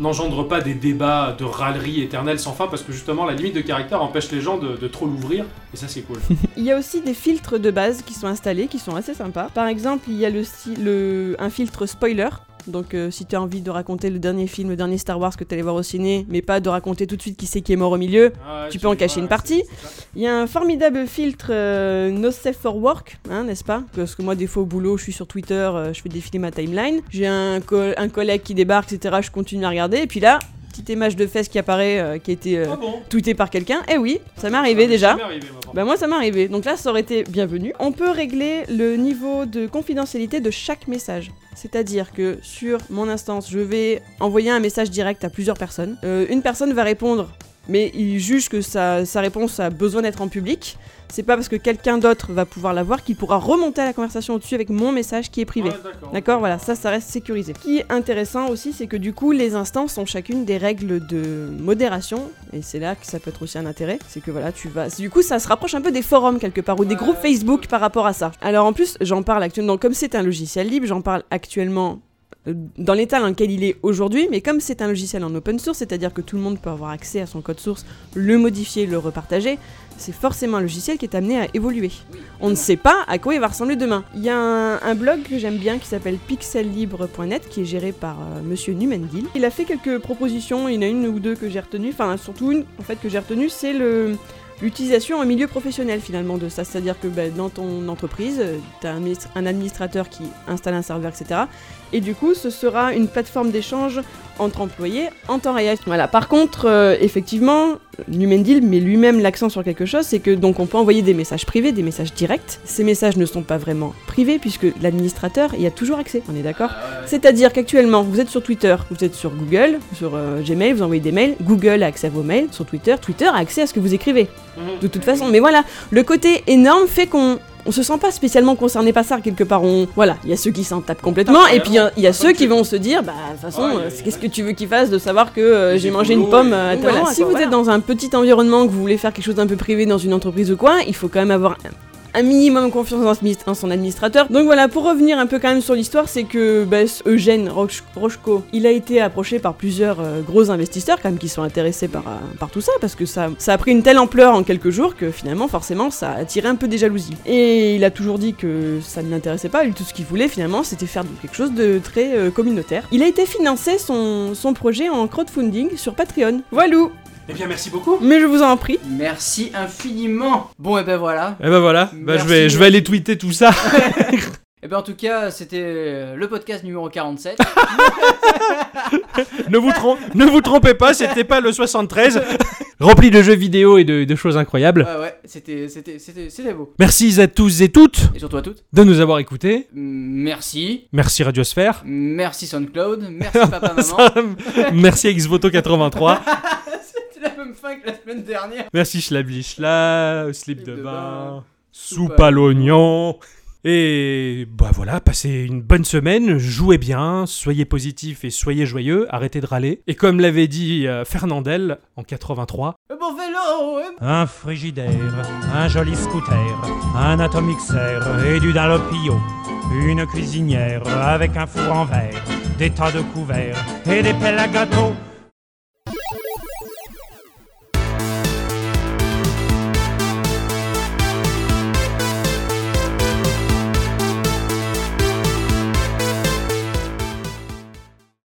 Speaker 3: n'engendre pas des débats de râlerie éternelle sans fin parce que justement la limite de caractère empêche les gens de, de trop l'ouvrir et ça c'est cool.
Speaker 8: Il y a aussi des filtres de base qui sont installés, qui sont assez sympas. Par exemple, il y a le, si- le- un filtre spoiler. Donc euh, si tu as envie de raconter le dernier film, le dernier Star Wars que tu allais voir au ciné, mais pas de raconter tout de suite qui c'est qui est mort au milieu,
Speaker 3: Ah,
Speaker 8: Tu peux en cacher une partie.
Speaker 3: c'est- c'est ça.
Speaker 8: il y a un formidable filtre euh, No Safe for Work, hein, n'est-ce pas Parce que moi, des fois au boulot, je suis sur Twitter, euh, je fais défiler ma timeline. J'ai un, col- un collègue qui débarque, etc. Je continue à regarder. Et puis là, petite image de fesses qui apparaît, euh, qui a été euh,
Speaker 3: Ah bon
Speaker 8: tweetée par quelqu'un. Eh oui, ça m'est
Speaker 3: Ah,
Speaker 8: arrivé
Speaker 3: mais
Speaker 8: déjà.
Speaker 3: ça m'est arrivé, moi, par
Speaker 8: Bah moi ça m'est arrivé, donc là ça aurait été bienvenu. On peut régler le niveau de confidentialité de chaque message. C'est-à-dire que sur mon instance, je vais envoyer un message direct à plusieurs personnes. Euh, une personne va répondre, mais il juge que sa, sa réponse a besoin d'être en public. C'est pas parce que quelqu'un d'autre va pouvoir la voir qu'il pourra remonter à la conversation au-dessus avec mon message qui est privé.
Speaker 3: Ouais, Ah, d'accord.
Speaker 8: D'accord, voilà, ça, ça reste sécurisé. Ce qui est intéressant aussi, c'est que du coup, les instances ont chacune des règles de modération, et c'est là que ça peut être aussi un intérêt. C'est que voilà, tu vas. Du coup, ça se rapproche un peu des forums quelque part, ou des
Speaker 4: Ouais,
Speaker 8: groupes
Speaker 4: ouais,
Speaker 8: Facebook par rapport à ça. Alors en plus, j'en parle actuellement, comme c'est un logiciel libre, j'en parle actuellement euh, dans l'état dans lequel il est aujourd'hui, mais comme c'est un logiciel en open source, c'est-à-dire que tout le monde peut avoir accès à son code source, le modifier, le repartager, c'est forcément un logiciel qui est amené à évoluer. On ne sait pas à quoi il va ressembler demain. Il y a un, un blog que j'aime bien qui s'appelle pixellibre.net qui est géré par euh, monsieur Numendil. Il a fait quelques propositions, il y en a une ou deux que j'ai retenues, enfin surtout une en fait que j'ai retenue, c'est le l'utilisation en milieu professionnel finalement de ça. C'est-à-dire que bah, dans ton entreprise, tu as un, administ- un administrateur qui installe un serveur, etc. Et du coup, ce sera une plateforme d'échange entre employés en temps réel. Voilà. Par contre, euh, effectivement, Numendil met lui-même l'accent sur quelque chose, c'est que donc on peut envoyer des messages privés, des messages directs. Ces messages ne sont pas vraiment privés puisque l'administrateur y a toujours accès. On est d'accord
Speaker 4: Ah,
Speaker 8: c'est-à-dire qu'actuellement, vous êtes sur Twitter, vous êtes sur Google, sur euh, Gmail, vous envoyez des mails, Google a accès à vos mails, sur Twitter, Twitter a accès à ce que vous écrivez.
Speaker 3: Mhm.
Speaker 8: De toute façon, mais voilà, le côté énorme fait qu'on on se sent pas spécialement concerné par ça quelque part. On voilà, il y a ceux qui s'en tapent complètement et puis il y a- il y, a ceux qui vont se dire bah de toute façon,
Speaker 3: Ouais,
Speaker 8: euh,
Speaker 3: ouais,
Speaker 8: qu'est-ce que tu veux qu'ils fassent de savoir que euh,
Speaker 3: Des
Speaker 8: j'ai mangé une
Speaker 3: écolos
Speaker 8: pomme
Speaker 3: et-
Speaker 8: euh, à
Speaker 9: Donc
Speaker 8: tel
Speaker 9: voilà,
Speaker 8: endroit, Si
Speaker 9: quoi,
Speaker 8: vous
Speaker 9: voilà.
Speaker 8: êtes dans un petit environnement que vous voulez faire quelque chose d'un peu privé dans une entreprise ou quoi, il faut quand même avoir un, un minimum confiance en, ce mis- en son administrateur. Donc voilà, pour revenir un peu quand même sur l'histoire, c'est que bah, ce Eugène Roch- Rochko, il a été approché par plusieurs euh, gros investisseurs quand même qui sont intéressés par, euh, par tout ça parce que ça, ça a pris une telle ampleur en quelques jours que finalement forcément ça a attiré un peu des jalousies. Et il a toujours dit que ça ne l'intéressait pas, lui, tout ce qu'il voulait finalement c'était faire de- quelque chose de très euh, communautaire. Il a été financé son, son projet en crowdfunding sur Patreon. Voilou
Speaker 3: Eh bien merci beaucoup.
Speaker 8: mais je vous en prie.
Speaker 4: Merci infiniment. Bon, et ben voilà.
Speaker 10: Eh
Speaker 6: Et ben voilà, bah, je,
Speaker 4: Merci.
Speaker 6: vais, je vais aller tweeter tout ça.
Speaker 4: Et ben en tout cas, c'était le podcast numéro 47.
Speaker 10: ne, vous trom- ne vous trompez pas, c'était pas le 73, rempli de jeux vidéo et de, de choses incroyables.
Speaker 4: ouais, ouais, c'était, c'était, c'était, c'était beau.
Speaker 10: Merci à tous et toutes
Speaker 4: Et surtout à toutes,
Speaker 10: de nous avoir écoutés.
Speaker 4: merci.
Speaker 10: Merci Radiosphère.
Speaker 4: Merci SoundCloud, merci papa, maman.
Speaker 10: Ça, Merci Xvoto83.
Speaker 4: C'était la même fin que la semaine dernière.
Speaker 10: Merci Schlablichla, slip
Speaker 4: Slip
Speaker 10: de
Speaker 4: de
Speaker 10: bain,
Speaker 4: bain,
Speaker 10: soupe
Speaker 4: soupe
Speaker 10: à
Speaker 4: à
Speaker 10: l'oignon. Et bah voilà, passez une bonne semaine, jouez bien, soyez positifs et soyez joyeux, arrêtez de râler. Et comme l'avait dit euh, Fernandel en 83,
Speaker 4: Bon vélo, euh,
Speaker 9: Un frigidaire, un joli scooter, un atomixer et du dalopio. Une cuisinière avec un four en verre, des tas de couverts et des pelles à gâteau.